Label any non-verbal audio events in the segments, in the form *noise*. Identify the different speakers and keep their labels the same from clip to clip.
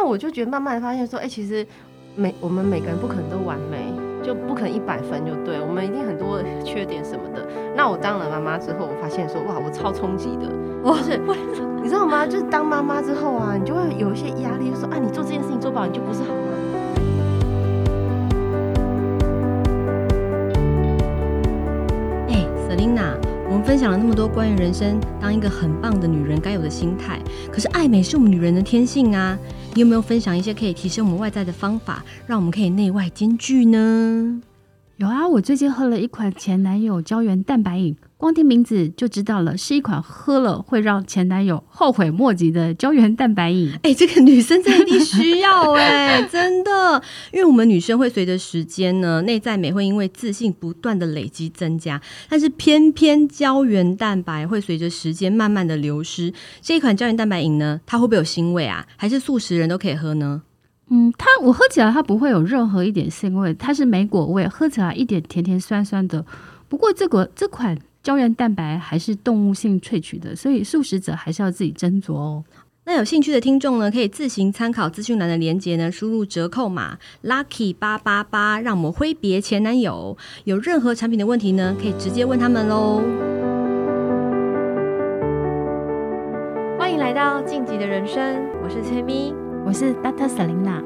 Speaker 1: 我就觉得慢慢地发现说，哎、其实每我们每个人不可能都完美，就不可能一百分就对，我们一定很多的缺点什么的。那我当了妈妈之后，我发现说，哇，我超冲击的，
Speaker 2: 哇
Speaker 1: 就是你知道吗？就是当妈妈之后啊，你就会有一些压力，就说啊，你做这件事情做不好，你就不是好妈妈。
Speaker 2: 哎、s e l i n a 我们分享了那么多关于人生当一个很棒的女人该有的心态，可是爱美是我们女人的天性啊。你有没有分享一些可以提升我们外在的方法，让我们可以内外兼具呢？
Speaker 3: 有啊，我最近喝了一款前男友胶原蛋白饮，光听名字就知道了，是一款喝了会让前男友后悔莫及的胶原蛋白饮。
Speaker 2: 哎、这个女生真的一定需要哎、 *laughs* 真的，因为我们女生会随着时间呢，内在美会因为自信不断的累积增加，但是偏偏胶原蛋白会随着时间慢慢的流失。这一款胶原蛋白饮呢，它会不会有腥味啊？还是素食人都可以喝呢？
Speaker 3: 嗯，它我喝起来它不会有任何一点腥味，它是莓果味，喝起来一点甜甜酸酸的。不过这个这款胶原蛋白还是动物性萃取的，所以素食者还是要自己斟酌哦。
Speaker 2: 那有兴趣的听众呢，可以自行参考资讯栏的连接呢，输入折扣码 lucky 八八八，让我们挥别前男友。有任何产品的问题呢，可以直接问他们喽。
Speaker 4: 欢迎来到晋级的人生，我是崔咪。
Speaker 3: 我是 Data Selina。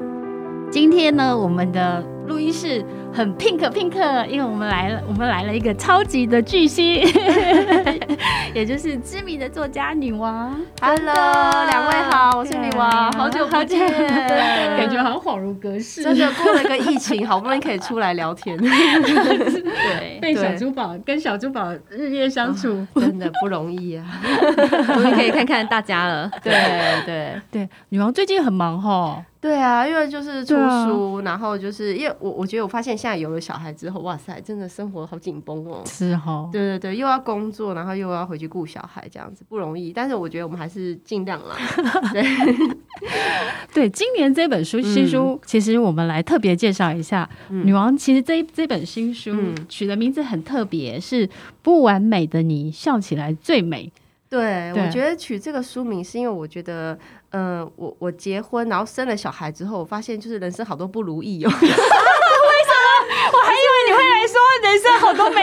Speaker 3: 今天呢，我们的录音室很 pink pink，因为我们来了，我们来了一个超级的巨
Speaker 4: *laughs*
Speaker 3: 星，也就是知名的作家女
Speaker 4: 啊
Speaker 3: 王。
Speaker 4: Hello，两位好，我是女王，啊好久不见，
Speaker 3: 感觉好像恍如隔世，
Speaker 1: 真的过了个疫情，好不容易可以出来聊天，
Speaker 2: *laughs*
Speaker 4: 对
Speaker 3: 被小
Speaker 1: 对
Speaker 3: 珠宝跟小珠宝日夜相处。
Speaker 1: 真的不容易啊。
Speaker 2: 终于可以看看大家了。
Speaker 1: 对对
Speaker 3: 对，女王最近很忙哈。
Speaker 1: 对啊，因为就是出
Speaker 3: 对啊
Speaker 1: 书，然后就是因为我我觉得我发现现在有了小孩之后，哇塞，真的生活好紧绷哦。
Speaker 3: 是哈，
Speaker 1: 对对对，又要工作，然后又要回去顾小孩，这样子不容易。但是我觉得我们还是尽量啦。
Speaker 3: 对，今年这本书新
Speaker 1: 嗯
Speaker 3: 书，其实我们来特别介绍一下。女王其实这这本新书
Speaker 1: 嗯
Speaker 3: 取的名字很特别，是《不完美的你笑起来最美》。
Speaker 1: 对，
Speaker 3: 对
Speaker 1: 我觉得取这个书名是因为我觉得，嗯、我我结婚，然后生了小孩之后，我发现就是人生好多不如意哦。 *laughs*
Speaker 3: 你会来说人生好多美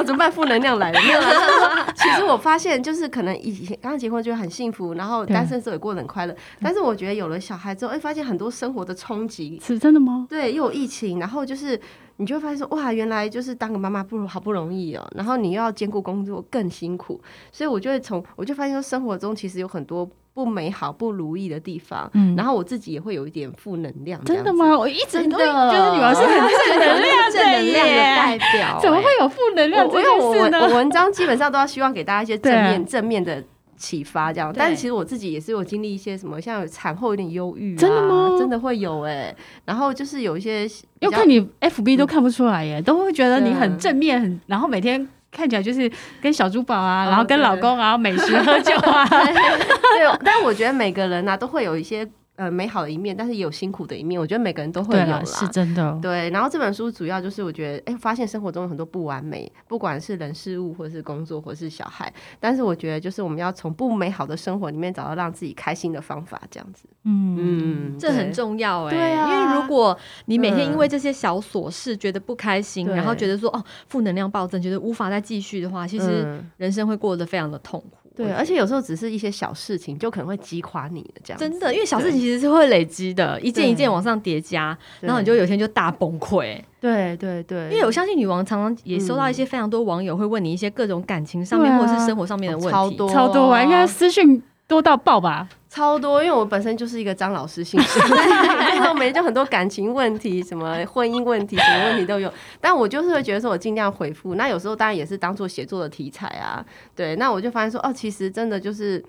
Speaker 1: *laughs* 哦，怎么办？负能量来了，没有啦。 *laughs* 就是说其实我发现，就是可能以前刚结婚觉得很幸福，然后
Speaker 3: 对
Speaker 1: 单身的时候也过得很快乐，但是我觉得有了小孩之后，哎，发现很多生活的冲击。
Speaker 3: 是真的吗？
Speaker 1: 对，又有疫情，然后就是你就会发现说，哇，原来就是当个妈妈不如好不容易哦，然后你又要兼顾工作，更辛苦，所以我就会从我就发现说，生活中其实有很多不美好、不如意的地方，
Speaker 3: 嗯
Speaker 1: 然后我自己也会有一点负能量，
Speaker 3: 真的？吗？我一直
Speaker 1: 真的
Speaker 3: 都觉得女王是很正能量
Speaker 1: 正能量的代
Speaker 3: 耶，
Speaker 1: 表、
Speaker 3: 怎么
Speaker 1: 哎
Speaker 3: 会有负能量
Speaker 1: 我
Speaker 3: 这
Speaker 1: 因为我
Speaker 3: 件
Speaker 1: 文
Speaker 3: 事
Speaker 1: 我
Speaker 3: 呢？
Speaker 1: 文章基本上都要希望给大家一些正
Speaker 3: 对
Speaker 1: 面正面的启发，这样。
Speaker 3: 对
Speaker 1: 但是其实我自己也是有经历一些什么，像有产后有点忧郁、啊，
Speaker 3: 真的吗
Speaker 1: 真的会有哎、然后就是有一些比
Speaker 3: 又
Speaker 1: 较
Speaker 3: 看你
Speaker 1: 嗯
Speaker 3: FB 都看不出来耶，都会觉得你很
Speaker 1: 对
Speaker 3: 正面，很然后每天。看起来就是跟小珠宝啊，
Speaker 1: 哦
Speaker 3: 然后跟老公啊，美食喝酒啊，
Speaker 1: 对，但我觉得每个人呢、都会有一些呃美好的一面，但是也有辛苦的一面。我觉得每个人都 *laughs* 会有啦
Speaker 3: 啦，。啊是真的。
Speaker 1: 对，然后这本书主要就是我觉得，哎、发现生活中有很多不完美，不管是人事物，或是工作，或是小孩。但是我觉得，就是我们要从不美好的生活里面找到让自己开心的方法，这样子。
Speaker 3: 嗯，
Speaker 1: 嗯，
Speaker 2: 这很
Speaker 1: 对
Speaker 2: 重要哎、
Speaker 1: 对啊
Speaker 2: 因为如果你每天
Speaker 1: 嗯
Speaker 2: 因为这些小琐事觉得不开心，
Speaker 1: 对
Speaker 2: 然后觉得说哦负能量暴增，觉得无法再继续的话，其实
Speaker 1: 嗯
Speaker 2: 人生会过得非常的痛苦。我
Speaker 1: 对，
Speaker 2: 觉得
Speaker 1: 而且有时候只是一些小事情，就可能会击垮你的这样子。
Speaker 2: 真的，因为小事情其实是会累积的，一件一件往上叠加，
Speaker 1: 对，
Speaker 2: 然后你就有一天就大崩溃。嗯
Speaker 1: 对对对，
Speaker 2: 因为我相信女王常常也收到一些非常多网友会问你一些各种感情上面
Speaker 3: 对
Speaker 2: 或
Speaker 3: 啊
Speaker 2: 是生活上面的问题，
Speaker 1: 哦超多
Speaker 3: 超多啊，应该私讯多到爆吧？
Speaker 1: 超多，因为我本身就是一个张老师性质， *laughs* 然后每天就很多感情问题、什么婚姻问题、什么问题都有。但我就是会觉得说，我尽量回复。那有时候当然也是当做写作的题材啊，对。那我就发现说，哦，其实真的就是。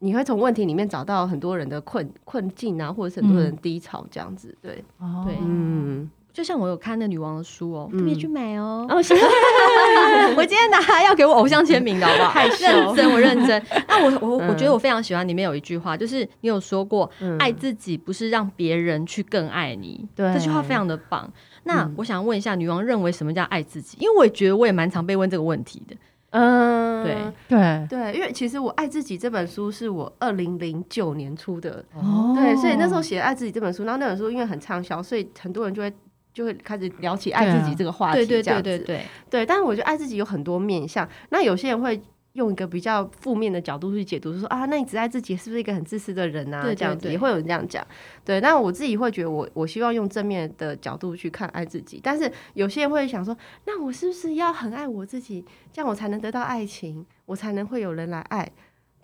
Speaker 1: 你会从问题里面找到很多人的困困境啊，或者是很多人低潮这样子，对，
Speaker 3: 哦
Speaker 2: 对
Speaker 1: 嗯，
Speaker 2: 就像我有看那女王的书哦，
Speaker 1: 嗯
Speaker 2: 特别去买哦。
Speaker 1: 哦是 *laughs*
Speaker 2: 我今天拿要给我偶像签名的好不好？
Speaker 1: 害羞
Speaker 2: 认真，我
Speaker 1: *laughs*
Speaker 2: 认真。那我我我
Speaker 1: 嗯
Speaker 2: 觉得我非常喜欢里面有一句话，就是你有说过，
Speaker 1: 嗯
Speaker 2: 爱自己不是让别人去更爱你。
Speaker 1: 对
Speaker 2: 这句话非常的棒。那
Speaker 1: 嗯
Speaker 2: 我想问一下，女王认为什么叫爱自己？因为我也觉得我也蛮常被问这个问题的。
Speaker 1: 嗯，
Speaker 2: 对
Speaker 3: 对，
Speaker 1: 对，因为其实我《爱自己》这本书是我二零零九年出的，
Speaker 3: 哦
Speaker 1: 对，所以那时候写《爱自己》这本书，然后那本书因为很畅销，所以很多人就会就会开始聊起爱自
Speaker 3: 对
Speaker 1: 己
Speaker 3: 啊
Speaker 1: 这个话
Speaker 2: 对
Speaker 1: 题，
Speaker 2: 对
Speaker 1: 这样
Speaker 2: 对
Speaker 1: 子
Speaker 2: 对对，
Speaker 1: 对，但是我觉得爱自己有很多面向，那有些人会。用一个比较负面的角度去解读，就说啊，那你只爱自己是不是一个很自私的人啊？
Speaker 2: 对对
Speaker 1: 这样子
Speaker 2: 对
Speaker 1: 也会有人这样讲。对，那我自己会觉得我，我希望用正面的角度去看爱自己。但是有些人会想说，那我是不是要很爱我自己，这样我才能得到爱情，我才能会有人来爱？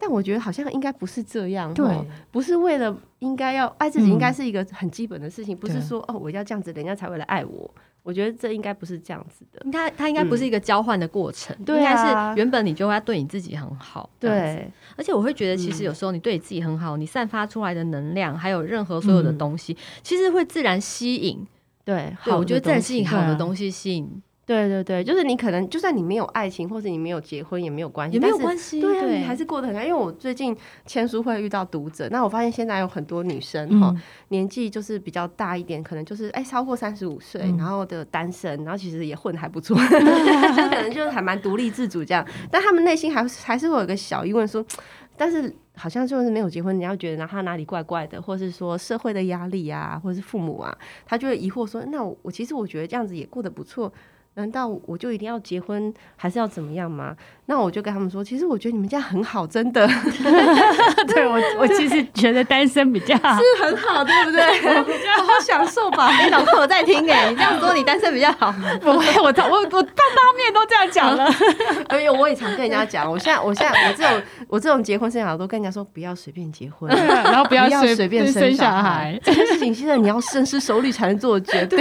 Speaker 1: 但我觉得好像应该不是这样，
Speaker 3: 对
Speaker 1: 哦不是为了应该要爱自己，
Speaker 3: 嗯
Speaker 1: 应该是一个很基本的事情，不是
Speaker 3: 对
Speaker 1: 说哦我要这样子，人家才会来爱我。我觉得这应该不是这样子的。
Speaker 2: 应该它应该不是一个交换的过程，
Speaker 1: 对
Speaker 2: 应该
Speaker 1: 啊
Speaker 2: 是原本你就要对你自己很好，这样子。
Speaker 1: 对，嗯
Speaker 2: 而且我会觉得，其实有时候你对你自己很好，你散发出来的能量，还有任何
Speaker 1: 嗯
Speaker 2: 所有的东西，其实会自然吸引。
Speaker 1: 对，
Speaker 2: 对，
Speaker 1: 好，
Speaker 2: 我觉得自然吸引好
Speaker 3: 对
Speaker 2: 的
Speaker 3: 啊
Speaker 2: 东西吸引
Speaker 1: 对对对，就是你可能就算你没有爱情，或者你没有结婚也没有关系，
Speaker 2: 也没有
Speaker 1: 但是
Speaker 2: 关系，
Speaker 1: 对啊，你还是过得很好。因为我最近签书会遇到读者，那我发现现在有很多女生哈、
Speaker 3: 嗯
Speaker 1: 年纪就是比较大一点，可能就是哎超过三十五岁，
Speaker 3: 嗯
Speaker 1: 然后的单身，然后其实也混得还不错，就是可能就是还蛮独立自主这样，但他们内心还是还是会有一个小疑问说，但是。好像就是没有结婚，你要觉得然后他哪里怪怪的，或是说社会的压力啊，或是父母啊，他就会疑惑说：那我我其实我觉得这样子也过得不错，难道我就一定要结婚，还是要怎么样吗？那我就跟他们说，其实我觉得你们这样很好，真的是
Speaker 3: *laughs* 对我我其实觉得单身 *laughs* 比较好，
Speaker 1: 很好，对 *laughs* 不对？好好享受吧。
Speaker 2: *laughs* 哎，老婆我在听哎，你这样说你单身比较
Speaker 1: *laughs*
Speaker 2: 好，
Speaker 3: 不会，我我我我大方面都这样讲 *laughs* 了，
Speaker 1: 哎呦，我也常跟人家讲，我现在我现在我这种我这种结婚生小孩，我都跟人家说不要随便结婚。
Speaker 3: 然嗯啊后不要
Speaker 1: 要随便
Speaker 3: 生
Speaker 1: 小
Speaker 3: 孩，
Speaker 1: 这件事情现在你要深思熟虑才能做决定。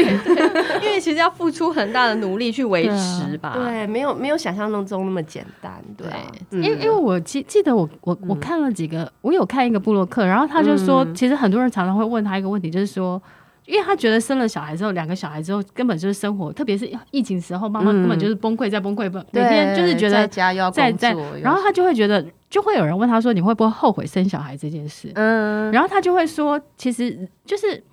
Speaker 2: 因为其实要付出很大的努力去维持
Speaker 3: 啊
Speaker 2: 吧。
Speaker 1: 对，没有没有想象中那么简单，对啊
Speaker 2: 对，
Speaker 1: 因
Speaker 3: 因为因为我记记得我我我看了几个，我有看一个布洛克，然后他就说，
Speaker 1: 嗯
Speaker 3: 其实很多人常常会问他一个问题，就是说。因为他觉得生了小孩之后，两个小孩之后根本就是生活，特别是疫情时候，妈妈
Speaker 1: 嗯
Speaker 3: 根本就是崩溃再崩溃，每天就是觉得
Speaker 1: 在家又要
Speaker 3: 在
Speaker 1: 工作
Speaker 3: 在，，然后他就会觉得，就会有人问他说，你会不会后悔生小孩这件事？
Speaker 1: 嗯，
Speaker 3: 然后他就会说，其实就是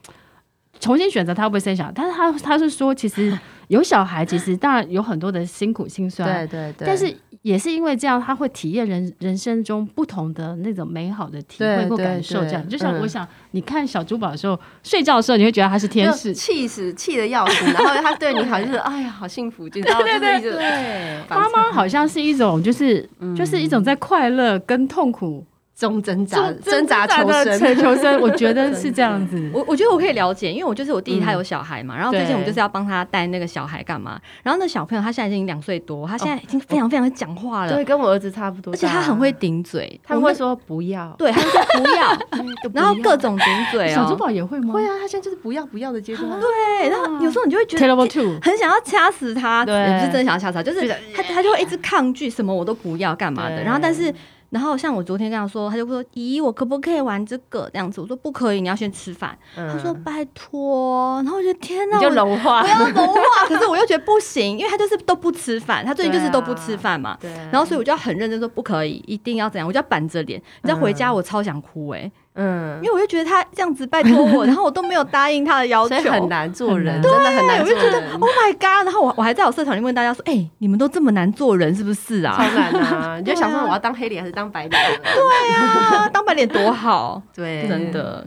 Speaker 3: 重新选择他会不会生小孩，但是他他是说，
Speaker 1: *laughs*
Speaker 3: 其实有小孩，其实当然有很多的辛苦辛
Speaker 1: 对
Speaker 3: 酸，
Speaker 1: 对对，
Speaker 3: 啊但是也是因为这样，他会体验人人生中不同的那种美好的体会
Speaker 1: 对
Speaker 3: 或
Speaker 1: 对
Speaker 3: 感受。
Speaker 1: 对
Speaker 3: 这样，就像
Speaker 1: 嗯
Speaker 3: 我想，你看小珠宝的时候，睡觉的时候，你会觉得他是天
Speaker 1: 就
Speaker 3: 使。
Speaker 1: 气死，气的要死，然后他对你好像是哎呀，好幸
Speaker 3: *laughs*
Speaker 1: 福，就然后就是一直
Speaker 2: 对，
Speaker 3: 妈妈好像是一种，就是、
Speaker 1: 嗯
Speaker 3: 就是一种在快乐跟痛苦
Speaker 1: 中挣扎
Speaker 3: 中
Speaker 1: 挣扎求
Speaker 3: 的
Speaker 1: 生，
Speaker 3: 求生，我觉
Speaker 1: *laughs*
Speaker 3: 得是这样子。
Speaker 2: 我我觉得我可以了解，因为我就是我
Speaker 1: 嗯
Speaker 2: 弟弟他有小孩嘛，然后最近我们就是要帮他带那个小孩干嘛，然后那小朋友他现在已经两岁多，他现在已经非常非常会讲话了，
Speaker 1: 哦对，跟我儿子差不多
Speaker 2: 而
Speaker 1: 大，
Speaker 2: 且他很会顶嘴，
Speaker 1: 他们
Speaker 2: 我
Speaker 1: 会
Speaker 2: 们
Speaker 1: 说不要，
Speaker 2: 对，他就说
Speaker 1: *laughs*
Speaker 2: 不要，然后各种顶嘴
Speaker 3: 小珠
Speaker 2: 哦，
Speaker 3: 宝也会吗？
Speaker 1: 会啊，他现在就是不要不要的阶段啊，
Speaker 2: 对，然后有时候你就会觉
Speaker 3: ，Terrible
Speaker 2: 得。
Speaker 3: Two，
Speaker 2: 很想要掐死他，
Speaker 1: 对
Speaker 2: 也不是真的想要掐死他，就是
Speaker 1: 是的
Speaker 2: 他他就会一直抗拒，什么我都不要干嘛的。
Speaker 1: 对
Speaker 2: 然后但是，然后像我昨天跟他说，他就说：“咦，我可不可以玩这个？”这样子，我说：“不可以，你要先吃饭。”他
Speaker 1: 他
Speaker 2: 说：“拜托。”然后我觉得天哪，
Speaker 1: 你就
Speaker 2: 我
Speaker 1: 融化
Speaker 2: 不，要融化。可是我又觉得不行，因为他就是都不吃饭，他最近就是
Speaker 1: 对啊
Speaker 2: 都不吃饭嘛。
Speaker 1: *laughs* 对，啊然
Speaker 2: 然后所以我就要很认真说不可以，一定要怎样，我就要板着脸。你知道回家我超想哭哎、
Speaker 1: 嗯
Speaker 2: 因，为我就觉得他这样子拜托我，然后我都没有答应他的要求
Speaker 1: 所以。很难做人，
Speaker 3: 很难
Speaker 1: 真的很难
Speaker 2: 我就
Speaker 1: 做
Speaker 2: 觉得
Speaker 1: 人
Speaker 2: Oh。my God！然后我我还在我社团里问大家说，哎、你们都这么难做人是不是
Speaker 1: 超
Speaker 2: 啊？
Speaker 1: 难啊！你就想说我要当黑脸还是当白脸？对
Speaker 5: *laughs*
Speaker 2: 啊，当白脸多好，
Speaker 1: *laughs* 对，
Speaker 2: 真。的。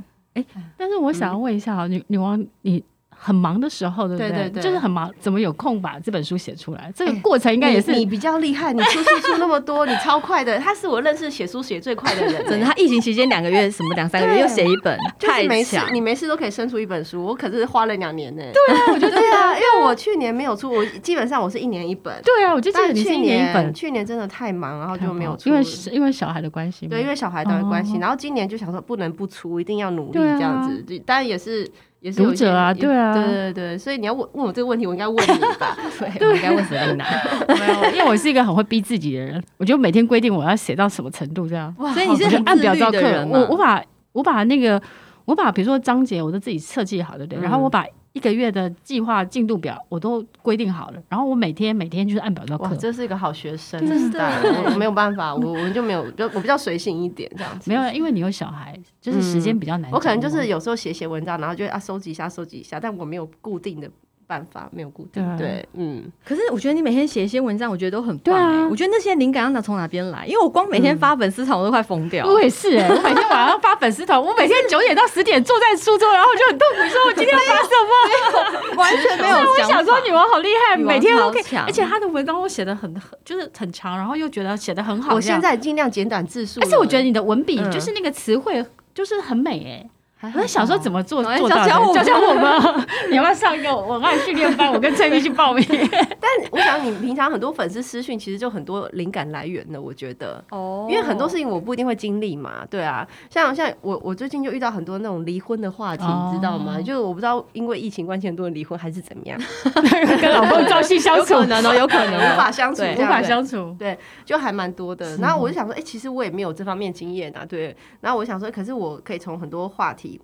Speaker 3: 但是我想要问一下啊，女女王，你很忙的时候，对不
Speaker 1: 对对对哎
Speaker 3: 就是很忙，怎么有空把这本书写出来？这个过程应该也是
Speaker 1: 你你比较厉害，你出书出那么多，你超快的。他是我认识写书写最快的人欸，
Speaker 2: 真的，他疫情期间两个月，什么两三个月
Speaker 1: 对
Speaker 2: 又写一本，
Speaker 1: 就是
Speaker 2: 太
Speaker 1: 没事
Speaker 2: 强，。
Speaker 1: 你没事都可以生出一本书，我可是花了两年呢、对啊，我觉得对啊，因为我去年没有出，我基本上我是一年一本，
Speaker 3: 对啊，我就记得
Speaker 1: 但
Speaker 3: 你是
Speaker 1: 去
Speaker 3: 一年一本，
Speaker 1: 去年真的太忙，然后就没有出，
Speaker 3: 因为是因为小孩的关系吗，
Speaker 1: 对，因为小孩的关系，
Speaker 3: 哦
Speaker 1: 然后今年就想说不能不出，一定要努力
Speaker 3: 对啊
Speaker 1: 这样子，就当然也是。也是有一些
Speaker 3: 读者啊
Speaker 1: 也
Speaker 3: 对啊
Speaker 1: 对对对，所以你要问问我这个问题，我应该问你
Speaker 3: *laughs*
Speaker 1: 吧？
Speaker 2: 对，我应该问沈丽
Speaker 1: 啊
Speaker 2: 娜。
Speaker 3: 没有，因为我是一个很会逼自己的人，我就每天规定我要写到什么程度这样，
Speaker 1: 哇
Speaker 2: 所以你是
Speaker 3: 我就哦
Speaker 2: 很
Speaker 3: 按
Speaker 2: 自
Speaker 3: 表
Speaker 2: 律
Speaker 3: 照
Speaker 2: 的
Speaker 3: 课
Speaker 2: 人。嘛
Speaker 3: 我我把我把那个我把比如说章节我都自己设计好，对不对？
Speaker 1: 嗯
Speaker 3: 然后我把一个月的计划进度表我都规定好了，然后我每天每天就是按表
Speaker 1: *laughs*
Speaker 3: 照
Speaker 1: 哇，
Speaker 3: 课。
Speaker 1: 这是一个好学生，
Speaker 2: 真的
Speaker 1: 大
Speaker 3: 啊
Speaker 1: 我我没有办法，我我就没有，就我比较随性一点这样子。
Speaker 3: 没有，啊因为你有小孩，就是时间比较难、
Speaker 1: 我可能就是有时候写写文章，然后就啊收集一下收集一下，但我没有固定的办法，没有固定。
Speaker 3: 对啊
Speaker 1: 对，嗯，
Speaker 5: 可是我觉得你每天写一些文章，我觉得都很棒、
Speaker 3: 对啊
Speaker 5: 欸我觉得那些灵感要拿从哪边来？因为我光每天
Speaker 1: 嗯
Speaker 5: 发粉丝团，我都快疯掉了。
Speaker 3: 我也是、欸，我每天晚上发粉丝团，我每天九点到十点坐在书桌，然后我就很痛苦，说我今天要发什么？
Speaker 5: 完全没有
Speaker 3: 所以我想说女王好厉害，
Speaker 5: 女王
Speaker 3: 每天
Speaker 5: 超
Speaker 3: OK，
Speaker 5: 强
Speaker 3: 而且她的文章都写的很很就是很长，然后又觉得写的很好。
Speaker 1: 我
Speaker 3: 这
Speaker 1: 现，
Speaker 3: 样
Speaker 1: 在尽量减短字数了。
Speaker 3: 而且我觉得你的文笔
Speaker 5: 嗯
Speaker 3: 就是那个词汇就是很美哎、
Speaker 1: 还好
Speaker 3: 我在想说怎么做
Speaker 5: 赶快
Speaker 3: 做到的，
Speaker 5: 教教我
Speaker 3: 教
Speaker 5: 们
Speaker 3: 教我们， *laughs* 你要不要上一个文案训练班？我跟翠玉去报名。
Speaker 1: 但我想你平常很多粉丝私讯，其实就很多灵感来源的，我觉得。
Speaker 5: 哦
Speaker 1: 因为很多事情我不一定会经历嘛，对啊，像像我我最近就遇到很多那种离婚的话题，
Speaker 3: 哦
Speaker 1: 你知道吗？就是我不知道因为疫情关系很多人离婚还是怎么
Speaker 3: *laughs*
Speaker 1: 样，
Speaker 3: 跟老公朝夕相
Speaker 5: 有
Speaker 2: *laughs*
Speaker 3: 处，
Speaker 5: 可能哦，有可能哦
Speaker 1: 无法相处，
Speaker 5: 对
Speaker 3: 无法
Speaker 1: 处。
Speaker 3: 相处。
Speaker 1: 对，就还蛮多的。然后我就想说，哎、其实我也没有这方面经验啊，对。然后我想说，可是我可以从很多话题，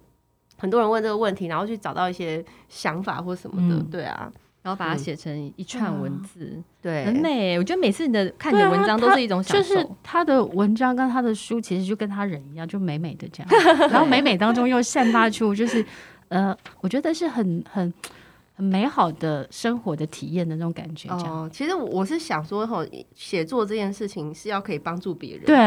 Speaker 1: 很多人问这个问题，然后去找到一些想法或什么的，
Speaker 3: 嗯
Speaker 1: 对啊，
Speaker 5: 然后把它写成一串文字，
Speaker 1: 嗯对，
Speaker 5: 很美欸。我觉得每次你的看你
Speaker 3: 对
Speaker 5: 的
Speaker 3: 啊
Speaker 5: 文章都是一种享
Speaker 3: 就
Speaker 5: 受。
Speaker 3: 是他的文章跟他的书，其实就跟他人一样，就美美的这样，然后美美当中又散发出就是，呃，我觉得是很很很美好的生活的体验的那种感觉，这样。
Speaker 1: 哦，其实我我是想说，吼，写作这件事情是要可以帮助别人，
Speaker 3: 对，，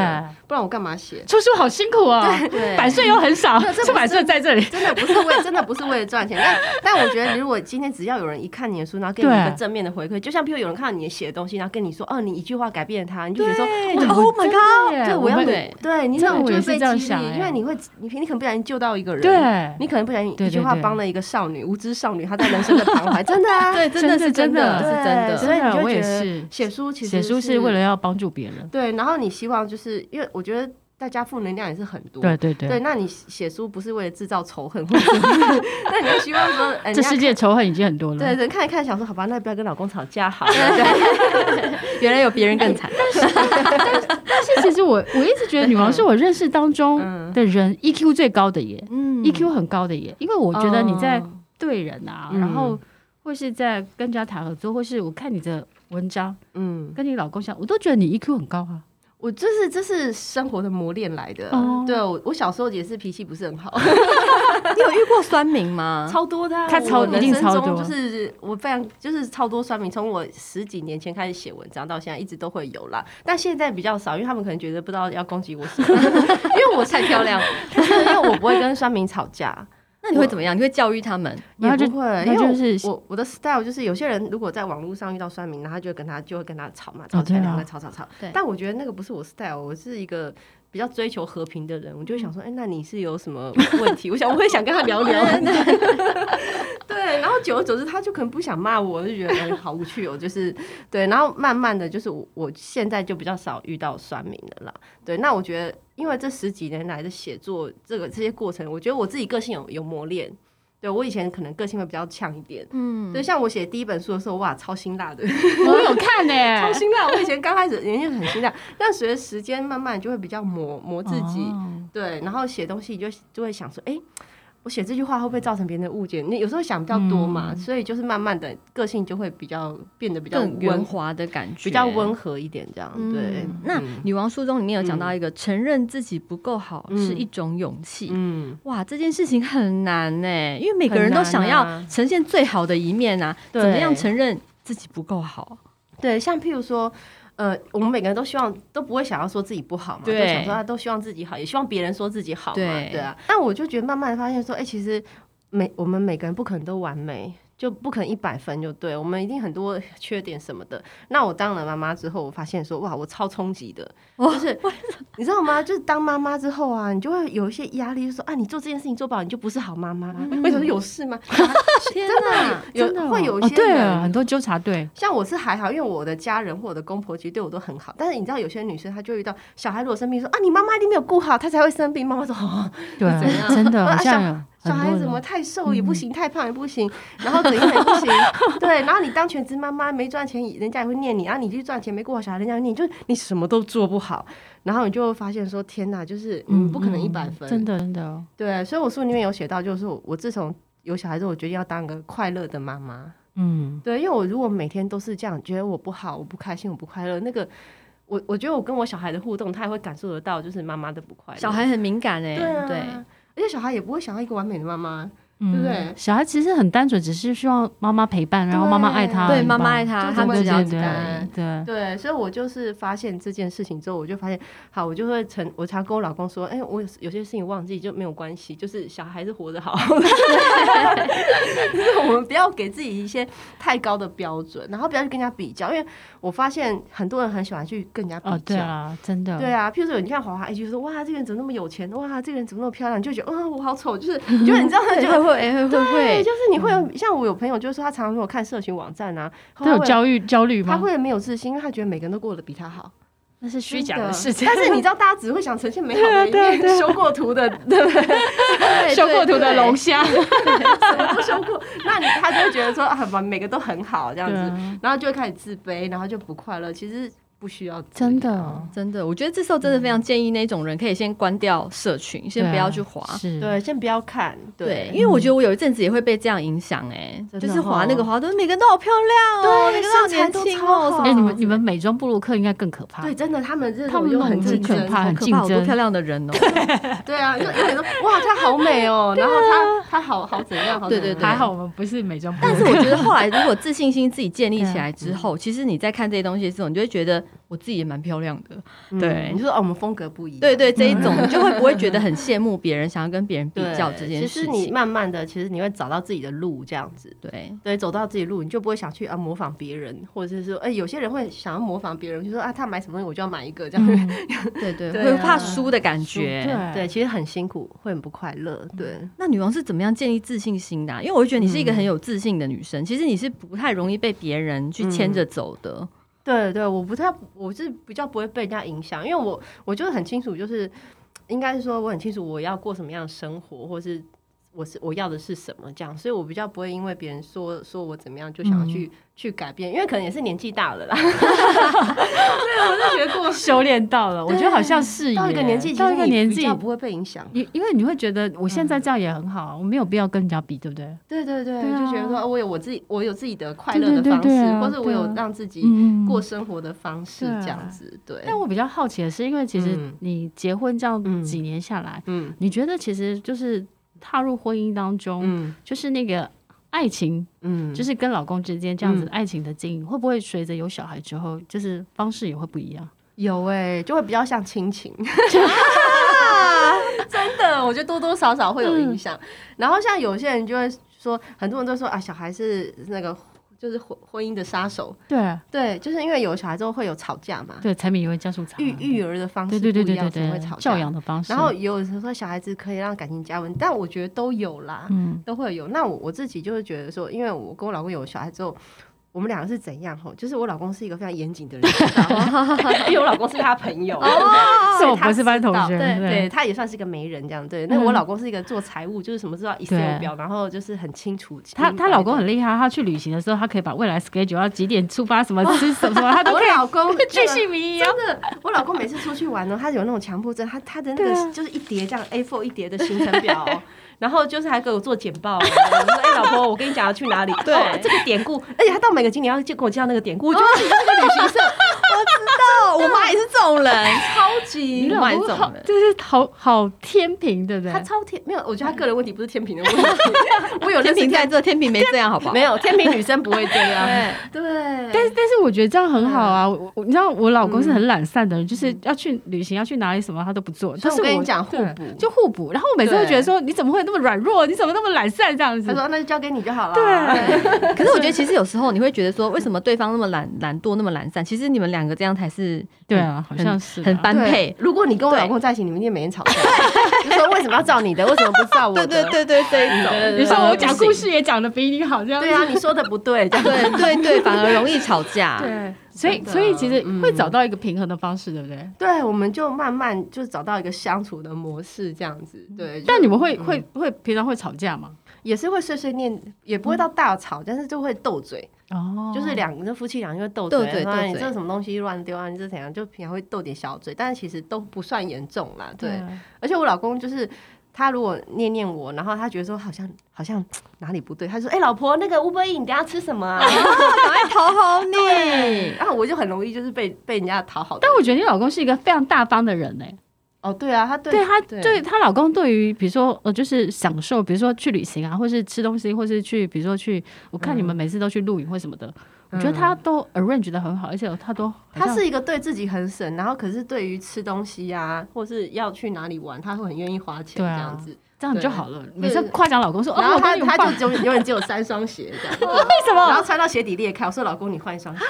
Speaker 1: 不然我干嘛写？ *laughs*
Speaker 3: 出书好辛苦啊，
Speaker 5: 对
Speaker 3: 版税又很少
Speaker 1: 这不，是
Speaker 3: 出版社在这里，
Speaker 1: 真的不是为，真的不是为了赚钱，但但我觉得，如果今天只要有人一看你的书，然后给你一个
Speaker 3: 对
Speaker 1: 正面的回馈，就像譬如有人看到你写的东西，然后跟你说，哦，你一句话改变了他，你就觉得说，
Speaker 3: 对
Speaker 1: 哇
Speaker 5: Oh my god！
Speaker 3: 对
Speaker 1: 对，我要
Speaker 3: 们
Speaker 1: 努对，你
Speaker 3: 这
Speaker 1: 那
Speaker 3: 个
Speaker 1: 种
Speaker 3: 我
Speaker 1: 就
Speaker 3: 也
Speaker 1: 会
Speaker 3: 是
Speaker 1: 被
Speaker 3: 这样
Speaker 1: 激
Speaker 3: 想
Speaker 1: 励，因
Speaker 3: 欸
Speaker 1: 为你会你你可能不小心救到一个人，，
Speaker 3: 对，
Speaker 1: 你可能不小心
Speaker 3: 对
Speaker 1: 一句
Speaker 3: 对
Speaker 1: 话
Speaker 3: 对
Speaker 1: 帮了一个少女无知少女，她在人生的徘徊，真的
Speaker 3: *laughs*
Speaker 1: 啊，
Speaker 5: 对，真的是真
Speaker 3: 真
Speaker 5: 的，
Speaker 3: 的
Speaker 1: 对
Speaker 5: 是真的。
Speaker 1: 所以你
Speaker 3: 对
Speaker 1: 就
Speaker 3: 我也
Speaker 1: 觉得
Speaker 3: 是
Speaker 1: 写书其实
Speaker 3: 写书是为了要帮助别人，
Speaker 1: 对，然后你希望就是因为我觉得大家负能量也是很多，
Speaker 3: 对对
Speaker 1: 对，
Speaker 3: 对，
Speaker 1: 那你写书不是为了制造仇恨，或者是 *laughs* 那你就希望说，哎
Speaker 3: 这
Speaker 1: 人家
Speaker 3: 世界仇恨已经很多了，
Speaker 1: 对人看一看，想说好吧，那不要跟老公吵架好了，对， *laughs*
Speaker 5: 原来有别人更惨，
Speaker 1: 哎
Speaker 3: 但是其实我我一直觉得女王是我认识当中
Speaker 1: 嗯
Speaker 3: 的人 EQ 最高的耶、
Speaker 5: 嗯
Speaker 3: e q 很高的耶，因为我觉得你在
Speaker 1: 哦
Speaker 3: 对人啊，
Speaker 1: 嗯
Speaker 3: 然后或是在跟人家谈合作，或是我看你的文章，
Speaker 1: 嗯，
Speaker 3: 跟你老公相，我都觉得你 EQ 很高啊。
Speaker 1: 我这是这是生活的磨练来的，
Speaker 3: 哦啊
Speaker 1: 对我我小时候也是脾气不是很好，
Speaker 5: 你有遇过酸民吗？
Speaker 1: *laughs* 超多的啊、
Speaker 3: 他超
Speaker 1: 我人
Speaker 3: 一定
Speaker 1: 生
Speaker 3: 超
Speaker 1: 中
Speaker 3: 多
Speaker 1: 就是我非常就是超多酸民，从我十几年前开始写文章到现在一直都会有啦，但现在比较少，因为他们可能觉得不知道要攻击我什么， *laughs* 因为我太漂亮，不是因为我不会跟酸民吵架，
Speaker 5: 那你会怎么样？你会教育他们？
Speaker 1: 也
Speaker 3: 然后就
Speaker 1: 不会，
Speaker 3: 然
Speaker 1: 因
Speaker 3: 后
Speaker 1: 为我
Speaker 3: 就是
Speaker 1: 我我的 style 就是有些人如果在网络上遇到酸民，然后他就会跟他就会跟他吵嘛，
Speaker 3: 哦
Speaker 1: 吵起来
Speaker 3: 对啊
Speaker 1: 两个吵吵吵
Speaker 5: 对。
Speaker 1: 但我觉得那个不是我 style，我是一个比较追求和平的人，我就会想说，哎、那你是有什么问题？我想我会想跟他聊聊。 *laughs* 对，然后久而久之，他就可能不想骂我，就觉得、哎好无趣哦，就是对。然后慢慢的就是我我现在就比较少遇到酸民了啦。对，那我觉得因为这十几年来的写作这个这些过程，我觉得我自己个性有有磨练。对我以前可能个性会比较呛一点，
Speaker 5: 嗯，
Speaker 1: 对，像我写第一本书的时候，哇，超辛辣的，
Speaker 3: 我有看呢、
Speaker 5: 哎
Speaker 1: 超辛辣。我以前刚开始人就很辛辣，但随着时间慢慢就会比较磨磨自己，
Speaker 3: 哦
Speaker 1: 对，然后写东西就就会想说，哎、我写这句话会不会造成别人的误解？你有时候想比较多嘛，
Speaker 3: 嗯
Speaker 1: 所以就是慢慢的个性就会比较变得比较
Speaker 5: 更圆
Speaker 1: 温，
Speaker 5: 滑的感觉，
Speaker 1: 比较温和一点这样。对，
Speaker 5: 嗯那《女王书中》里面有讲到一个，承认自己不够好
Speaker 1: 嗯
Speaker 5: 是一种勇气。
Speaker 1: 嗯，
Speaker 5: 哇，这件事情很难呢、因为每个人
Speaker 1: 很
Speaker 5: 都
Speaker 1: 难
Speaker 5: 想要
Speaker 1: 啊
Speaker 5: 呈现最好的一面啊，
Speaker 1: 对
Speaker 5: 怎么样承认自己不够好？
Speaker 1: 对，像譬如说，呃，我们每个人都希望都不会想要说自己不好嘛，
Speaker 5: 对
Speaker 1: 就想说啊，都希望自己好，也希望别人说自己好嘛，
Speaker 5: 对
Speaker 1: 对啊。但我就觉得慢慢地发现说，哎、其实每我们每个人不可能都完美。就不可能一百分就对，我们一定很多缺点什么的。那我当了妈妈之后，我发现说，哇，我超冲击
Speaker 3: *laughs*
Speaker 1: 的，就是你知道吗？就是当妈妈之后啊，你就会有一些压力，就说啊，你做这件事情做不好，你就不是好妈妈。为什么有事
Speaker 3: *laughs*
Speaker 1: 吗？
Speaker 5: 天
Speaker 1: 真啊
Speaker 5: 哪！
Speaker 1: 有
Speaker 3: 嗯真的哦
Speaker 1: 会有一
Speaker 3: 哦
Speaker 1: 些
Speaker 3: 对
Speaker 1: 人
Speaker 3: 啊，很多纠察队，
Speaker 1: 像我是还好，因为我的家人或我的公婆其实对我都很好，但是你知道有些女生她就会遇到小孩如果生病说啊你妈妈一定没有顾好，她才会生病。妈妈说哦，
Speaker 3: 对，真 *laughs* 的
Speaker 1: 啊
Speaker 3: 好像有
Speaker 1: 小
Speaker 3: 很多
Speaker 1: 孩
Speaker 3: 人嗯
Speaker 1: 怎么太瘦也不行，太胖也不行，然后怎样也不行，对，然后你当全职妈妈没赚钱，人家也会念你，然啊后你去赚钱没顾好小孩，人家会念你，就是你什么都做不好，然后你就会发现说天哪，就是你不可能一百分，
Speaker 3: 嗯真的真的哦，
Speaker 1: 对，所以我书里面有写到，就是我我自从有小孩之后，我决定要当个快乐的妈妈。
Speaker 3: 嗯，
Speaker 1: 对，因为我如果每天都是这样，觉得我不好，我不开心，我不快乐，那个我我觉得我跟我小孩的互动，他也会感受得到，就是妈妈的不快乐。
Speaker 5: 小孩很敏感哎、
Speaker 1: 对啊，
Speaker 5: 对，
Speaker 1: 而且小孩也不会想要一个完美的妈妈，对不对？
Speaker 3: 嗯小孩其实很单纯，只是希望妈妈陪伴，然后妈妈爱他，
Speaker 2: 对
Speaker 3: 很
Speaker 2: 妈妈
Speaker 3: 棒
Speaker 2: 爱他，
Speaker 1: 就
Speaker 2: 他
Speaker 1: 这么
Speaker 2: 只要
Speaker 1: 了
Speaker 3: 对对
Speaker 1: 解
Speaker 2: 自己
Speaker 3: 对对，
Speaker 1: 对，所以我就是发现这件事情之后，我就发现，好，我就会成，我常跟我老公说，哎、我有有些事情忘记就没有关系，就是小孩是活得好， *laughs* 就是我们不要给自己一些太高的标准，然后不要去跟人家比较，因为我发现很多人很喜欢去跟人家比
Speaker 3: 哦，对
Speaker 1: 较。
Speaker 3: 啊，真的，
Speaker 1: 对啊，譬如说你看华华，哎，就说哇，这个人怎么那么有钱？哇，这个人怎么那么漂亮？你就觉得，嗯，我好丑，就是你觉得你这样
Speaker 3: 嗯
Speaker 2: 对
Speaker 1: 就
Speaker 2: 会会哎会会
Speaker 1: 对，
Speaker 2: 会，
Speaker 1: 就是你会有像我有朋友，就是说他常常说我看社群网站啊，他
Speaker 3: 他有
Speaker 1: 会
Speaker 3: 焦虑焦虑
Speaker 1: 他
Speaker 3: 吗？
Speaker 1: 会没有自信，因为他觉得每个人都过得比他好。
Speaker 3: 那是虚假
Speaker 1: 真
Speaker 3: 的
Speaker 1: 的
Speaker 3: 事情，
Speaker 1: 但是你知道，大家只会想呈现美好
Speaker 3: 啊
Speaker 1: 的一面，修过图的，对不对？ *laughs*
Speaker 2: 对
Speaker 3: 修过图的龙，虾，
Speaker 1: 什么都修过，那你他就会觉得说啊，把每个都很好这样
Speaker 3: 对
Speaker 1: 子，
Speaker 3: 啊
Speaker 1: 然后就会开始自卑，然后就不快乐。其实不需要这样
Speaker 3: 真的，
Speaker 2: 对对真的，我觉得这时候真的非常建议那种人可以先关掉社群，先
Speaker 3: 对
Speaker 2: 不
Speaker 3: 啊
Speaker 2: 要去滑。
Speaker 3: 是，
Speaker 1: 对，先不要看，对
Speaker 2: 对，因为我觉得我有一阵子也会被这样影响，哎，
Speaker 1: 真的
Speaker 2: 就是滑
Speaker 1: 哦
Speaker 2: 那个滑都每个人都好漂亮哦，每个人都好年轻哦，什
Speaker 3: 哎，你
Speaker 2: 么
Speaker 3: 们你们美妆部落客应该更可怕，
Speaker 1: 对，真的，他们这
Speaker 3: 嗯他
Speaker 1: 种
Speaker 3: 们
Speaker 1: 又
Speaker 3: 那
Speaker 1: 很竞
Speaker 3: 种很可
Speaker 1: 争，
Speaker 3: 怕，很
Speaker 2: 可
Speaker 3: 竞
Speaker 2: 怕，好多漂
Speaker 3: 争，
Speaker 2: 亮的人哦，
Speaker 1: 对啊，就有人说 *laughs* 哇，她好美 *laughs* 哦，然后她她好好怎样，好怎样
Speaker 2: 对对对
Speaker 3: 还好我们不是美妆部落
Speaker 1: *laughs*
Speaker 2: 但
Speaker 3: 客，
Speaker 1: 嗯
Speaker 2: 是我觉得后来如果自信心自己建立起来之后，其实你在看这些东西的时候，你就会觉得我自己也蛮漂亮的。对
Speaker 1: 嗯你就说哦，我们风格不一样，
Speaker 2: 对对，这一种你就会不会觉得很羡慕别人，想要跟别人比
Speaker 1: 对，
Speaker 2: 较这件
Speaker 1: 其
Speaker 2: 事
Speaker 1: 实你
Speaker 2: 情？
Speaker 1: 慢慢的，其实你会找到自己的路，这样子。
Speaker 2: 对，
Speaker 1: 对，走到自己路，你就不会想去啊模仿别人，或者是说，哎、有些人会想要模仿别人，就说啊，他买什么东西我就要买一个这样。
Speaker 2: 对对，
Speaker 1: 对
Speaker 2: 会
Speaker 1: 啊
Speaker 2: 怕输的感觉。
Speaker 3: 对
Speaker 1: *laughs* 对，其实很辛苦，会很不快乐。对，
Speaker 2: 那女王是怎么样建立自信心的啊、因为我觉得你是一个很有自信的女生，其实你是不太容易被别人去牵着走的。
Speaker 1: 对对，我不太，我是比较不会被人家影响，因为我我就是很清楚，就是应该是说我很清楚我要过什么样的生活，或是我是我要的是什么这样，所以我比较不会因为别人说说我怎么样就想要去、去改变，因为可能也是年纪大 *laughs* 了啦，对，我就觉得过
Speaker 3: 修炼到了，我觉得好像是
Speaker 1: 到一
Speaker 3: 耶
Speaker 1: 个年纪，
Speaker 3: 到一个年
Speaker 1: 比
Speaker 3: 纪
Speaker 1: 较。不会嗯被影响。
Speaker 3: 因因为你会觉得我现在这样也很好啊，我没有必要跟人家比，对不对？
Speaker 1: 对对对，
Speaker 3: 对啊
Speaker 1: 就觉得说哦我有我自己，我有自己的快
Speaker 3: 对
Speaker 1: 乐的
Speaker 3: 对对
Speaker 1: 方式，
Speaker 3: 对啊
Speaker 1: 或者我
Speaker 3: 对啊
Speaker 1: 有让自己
Speaker 3: 嗯
Speaker 1: 过生活的方式，
Speaker 3: 对啊
Speaker 1: 这样子。对，
Speaker 3: 但我比较好奇的是，因为其实
Speaker 1: 嗯
Speaker 3: 你结婚这样
Speaker 1: 嗯
Speaker 3: 几年下来，
Speaker 1: 嗯
Speaker 3: 你觉得其实就是踏入婚姻当中，
Speaker 1: 嗯
Speaker 3: 就是那个爱情，
Speaker 1: 嗯，
Speaker 3: 就是跟老公之间这样子的爱情的经营，会不会随着有小孩之后，就是方式也会不一样？
Speaker 1: 有哎、就会比较像亲情。 *laughs* 真的，我觉得多多少少会有影响。嗯然后像有些人就会说，很多人都说啊，小孩是那个就是婚婚姻的杀手。
Speaker 3: 对
Speaker 1: 对，就是因为有小孩之后会有吵架嘛，
Speaker 3: 对，柴米油盐酱醋茶，
Speaker 1: 育育儿的方
Speaker 3: 对
Speaker 1: 式
Speaker 3: 对对
Speaker 1: 不一
Speaker 3: 对
Speaker 1: 样，
Speaker 3: 对
Speaker 1: 才会
Speaker 3: 对
Speaker 1: 吵，架
Speaker 3: 教。养的方式，
Speaker 1: 然后也有人说小孩子可以让感情加温，但我觉得都有啦，
Speaker 3: 嗯
Speaker 1: 都会有。那我我自己就是觉得说，因为我跟我老公有小孩之后，我们两个是怎样吼？就是我老公是一个非常严谨的人，
Speaker 3: *laughs*
Speaker 1: 因为我老公是他朋
Speaker 3: 哦
Speaker 1: 友，
Speaker 3: 是
Speaker 1: 所以
Speaker 3: 我
Speaker 1: 他
Speaker 3: 博士班
Speaker 1: 知道
Speaker 3: 同学
Speaker 1: 对
Speaker 3: 对
Speaker 1: 他也算是个媒人这样。对，
Speaker 3: 嗯
Speaker 1: 那我老公是一个做财务，就是什么知道 Excel 表，然后就是很清楚。
Speaker 3: 她
Speaker 1: 明白
Speaker 3: 她老公
Speaker 1: 的。
Speaker 3: 很厉害，她去旅行的时候，她可以把未来 schedule 要几点出发，什么吃什么什么，她都
Speaker 1: *laughs*
Speaker 3: *laughs*
Speaker 1: 我
Speaker 3: 可以
Speaker 1: 老公
Speaker 3: 巨细靡遗啊。
Speaker 1: 真的，我老公每次出去玩呢，哦他有那种强迫症，他他的那个就是一叠这样 A4 一叠的行程表 *laughs* 哦，然后就是还给我做简报哦，我说哎、老婆，我跟你讲要去哪里，
Speaker 2: 对
Speaker 1: 哦这个典故，而且他到每个景点要就跟我介绍那个典故， *laughs* 我觉得你这个旅行社
Speaker 2: 哦，我妈也是这种人，
Speaker 1: 超级
Speaker 2: 你老
Speaker 1: 满
Speaker 2: 公
Speaker 1: 种
Speaker 2: 好
Speaker 1: 人。
Speaker 3: 就是好好天平，对不对
Speaker 1: 他？超天没有，我觉得他个人问题不是天平的问 *laughs* 题，我有认
Speaker 2: 天
Speaker 1: 识
Speaker 2: 平在
Speaker 1: 天
Speaker 2: 这，天平没这样，好不好？
Speaker 1: 没有天平女生不会这样， *laughs* 对嗯
Speaker 3: 但是但是我觉得这样很好啊！我我你知道我老公是很懒散的人，就是要去旅行要去哪里什么他都不做，
Speaker 1: 所
Speaker 3: 但
Speaker 1: 以
Speaker 3: 是
Speaker 1: 我跟你讲
Speaker 3: 对
Speaker 1: 互补
Speaker 3: 就互补。然后我每次
Speaker 1: 对
Speaker 3: 会觉得说你怎么会那么软弱，你怎么那么懒散这样子
Speaker 1: 他？说那就交给你就好了，
Speaker 3: 对，
Speaker 2: 可是我觉得，其实有时候你会觉得说，为什么对方那么懒、懒惰、那么懒散？其实你们两个这样才是
Speaker 3: 对啊，好像是啊
Speaker 2: 很般配
Speaker 1: 对。如果你跟我
Speaker 2: 对
Speaker 1: 老公在一起，你们一定每天吵架， *laughs* 就说为什么要照你的，为什么不照我的？
Speaker 2: *laughs* 对对对对，这一种，
Speaker 3: 有时候我讲故
Speaker 2: 事。
Speaker 3: 事也讲的比你好，这样
Speaker 1: 嗯
Speaker 3: 子
Speaker 1: 对啊，你说的不对，这样
Speaker 2: 对对对，反而容易吵架。
Speaker 3: 对，所以
Speaker 1: 真的
Speaker 3: 所以其实
Speaker 1: 嗯
Speaker 3: 会找到一个平衡的方式，对不对？
Speaker 1: 对，我们就慢慢就找到一个相处的模式，这样子。
Speaker 2: 嗯
Speaker 1: 对，
Speaker 3: 但
Speaker 1: 就
Speaker 3: 你们会会会平常会吵架吗？
Speaker 1: 也是会碎碎念，也不会到大吵，但是就会斗嘴，
Speaker 3: 哦
Speaker 1: 就是两个夫妻俩就会斗
Speaker 2: 嗯斗
Speaker 1: 嘴，
Speaker 2: 嘴
Speaker 1: 说啊
Speaker 2: 斗
Speaker 1: 你
Speaker 2: 嘴
Speaker 1: 这什么东西乱丢啊，你这怎样，就平常会斗点小嘴，但是其实都不算严重啦。对，而且我老公就是。他如果念念我，然后他觉得说好像好像哪里不对，他就说：“哎、老婆，那个乌龟，你等一下吃什么啊
Speaker 2: 赶快讨好你。？”
Speaker 1: 嗯然后我就很容易就是被被人家讨好的。
Speaker 3: 但我觉得你老公是一个非常大方的人呢、欸
Speaker 1: 哦，对啊，他对
Speaker 3: 对她
Speaker 1: 对
Speaker 3: 对她老公对于比如说呃，就是享受，比如说去旅行啊，或是吃东西，或是去比如说去，我看你
Speaker 1: 嗯
Speaker 3: 们每次都去露营或什么的，我觉得她都 arrange 的很好，而且她都嗯好
Speaker 1: 他嗯
Speaker 3: 像
Speaker 1: 是一个对自己很省，然后可是对于吃东西呀、或是要去哪里玩，他会很愿意花钱这
Speaker 3: 对啊
Speaker 1: 样子。
Speaker 3: 这样就
Speaker 1: 对
Speaker 3: 好了。每次夸奖老公说，哦，
Speaker 1: 然后
Speaker 3: 老公
Speaker 1: 他
Speaker 3: 你很
Speaker 1: 他
Speaker 3: 棒
Speaker 1: 就永永远只有三双鞋
Speaker 3: *laughs*
Speaker 1: 这样，为
Speaker 3: 什么
Speaker 1: 然后穿到鞋底裂开，我说老公你换一双鞋。
Speaker 3: 啊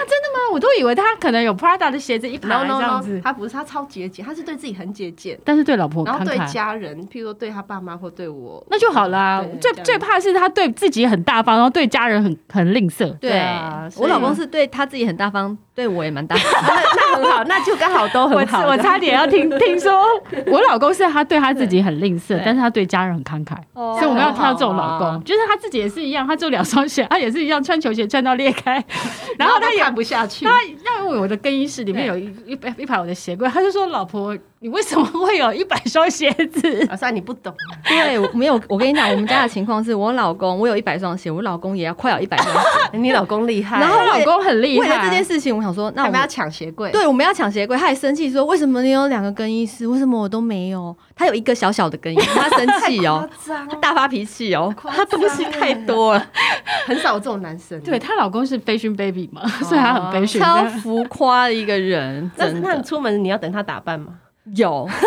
Speaker 3: 我都以为他可能有 Prada 的鞋子一排
Speaker 1: no
Speaker 3: 这
Speaker 1: no
Speaker 3: 样
Speaker 1: no，
Speaker 3: 子，
Speaker 1: 他不是他超节俭，他是对自己很节俭，
Speaker 3: 但是对老婆
Speaker 1: 然后
Speaker 3: 看
Speaker 1: 对
Speaker 3: 看。
Speaker 1: 家人，譬如说对他爸妈或对我，
Speaker 3: 那就好啦
Speaker 1: 对，
Speaker 3: 最
Speaker 1: 这样
Speaker 3: 最怕是他对自己很大方，然后对家人很很吝啬。
Speaker 2: 对
Speaker 1: 啊所
Speaker 2: 我
Speaker 1: 以
Speaker 2: 老公是对他自己很大方，对我也蛮大方。
Speaker 1: 那很好， *laughs* 那就刚好都
Speaker 3: 我
Speaker 1: 很好。
Speaker 3: 我差点要 *laughs* 听听说，我老公是他对他自己很吝啬，但是他对家人很慷慨， *laughs* 所以我们要挑这种老公。就是他自己也是一样，他做两双鞋，他也是一样穿球鞋穿到裂开，然后他也
Speaker 1: 看不下去，
Speaker 3: 他让我我的更衣室里面有一一排一排我的鞋柜，他就说：“老婆，你为什么会有一百双鞋子
Speaker 1: 啊，算你不懂，
Speaker 2: 对，我没有，我跟你讲，我们家的情况是我老公，我有一百双鞋，我老公也要快要一百双鞋。
Speaker 1: 啊你老公厉害，
Speaker 2: 然？”后
Speaker 3: 她老公很厉
Speaker 2: 为了这件
Speaker 3: 害，
Speaker 2: 事情，我想说，那
Speaker 1: 他
Speaker 2: 我
Speaker 1: 们要
Speaker 2: 们
Speaker 1: 抢鞋柜，
Speaker 2: 对我们要抢鞋柜，他还生气说，为什么你有两个更衣室，为什么我都没有？他有一个小小的更衣室，他生气哦，他大发脾气哦，他东西太多了，
Speaker 1: 很少有这种男生。
Speaker 3: 对，她老公是 fashion baby 嘛，所以他很 fashion。
Speaker 2: 超浮夸的一
Speaker 3: *laughs*
Speaker 2: 个人，
Speaker 1: 但是
Speaker 2: 真的
Speaker 1: 那你出门你要等他打扮吗？
Speaker 2: 有。 *laughs*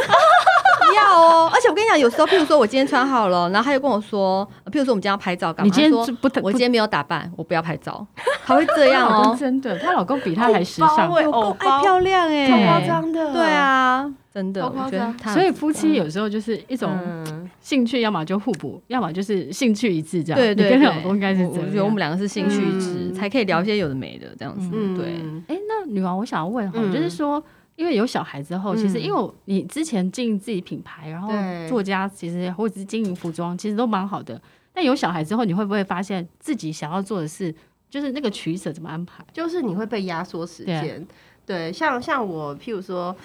Speaker 2: 要哦，而且我跟你讲，有时候，譬如说我今天穿好了，然后他又跟我说，呃譬如说我们今天要拍照干嘛？
Speaker 3: 你今天
Speaker 2: 他说
Speaker 3: 就不
Speaker 2: 我今天没有打扮，我不要
Speaker 3: *laughs*
Speaker 2: 拍照，他会这样
Speaker 3: 她老
Speaker 2: 哦
Speaker 3: 公，真的，她老公比她还时尚。
Speaker 1: 我
Speaker 2: 够爱漂亮
Speaker 3: 对
Speaker 2: 哎、
Speaker 1: 哦夸张的，
Speaker 2: 对，啊，真的，
Speaker 1: 好
Speaker 2: 我
Speaker 1: 夸
Speaker 2: 觉得
Speaker 1: 张
Speaker 2: 他，
Speaker 3: 所以夫妻有时候就是一种
Speaker 1: 嗯，
Speaker 3: 兴趣，要么就互补，要么就是兴趣一致这样。
Speaker 2: 对对
Speaker 3: 你跟
Speaker 2: 对
Speaker 3: 老公应该是
Speaker 2: 我
Speaker 3: 这
Speaker 2: 我觉得我
Speaker 3: 样
Speaker 2: 们。两个是兴趣一致，
Speaker 1: 嗯
Speaker 2: 才可以聊一些有的没的这样子，
Speaker 1: 嗯，
Speaker 2: 对。
Speaker 3: 哎、那女王，我想要问哈，
Speaker 1: 嗯
Speaker 3: 就是说，因为有小孩之后，其实
Speaker 1: 嗯
Speaker 3: 因为我你之前经营自己品牌，然后
Speaker 1: 对
Speaker 3: 作家，其实或者是经营服装，其实都蛮好的。但有小孩之后，你会不会发现自己想要做的事，就是那个取舍怎么安排？
Speaker 1: 就是你会被压缩时间。对，像像我，譬如说。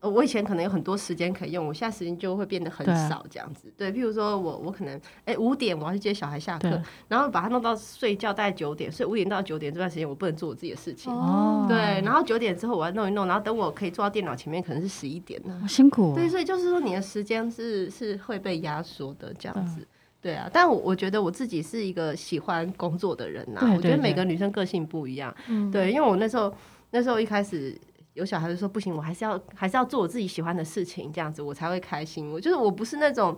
Speaker 1: 呃我以前可能有很多时间可以用，我现在时间就会变得很
Speaker 3: 对啊
Speaker 1: 少，这样子。对，譬如说我我可能哎五、点我要去接小孩下课
Speaker 3: 对，
Speaker 1: 然后把他弄到睡觉，大概九点，所以五点到九点这段时间我不能做我自己的事情。
Speaker 3: 哦，
Speaker 1: 对，然后九点之后我要弄一弄，然后等我可以坐到电脑前面，可能是十一点了。
Speaker 3: 好辛苦、哦
Speaker 1: 对，所以就是说你的时间是是会被压缩的这样子。
Speaker 3: 嗯
Speaker 1: 对啊，但我我觉得我自己是一个喜欢工作的人呐、
Speaker 3: 对
Speaker 1: 我觉
Speaker 3: 对嗯
Speaker 1: 得
Speaker 3: 对
Speaker 1: 每个女生个性不一样。对，因为我那时候那时候一开始有小孩就说不行，我还是要还是要做我自己喜欢的事情，这样子我才会开心。我就是我不是那种。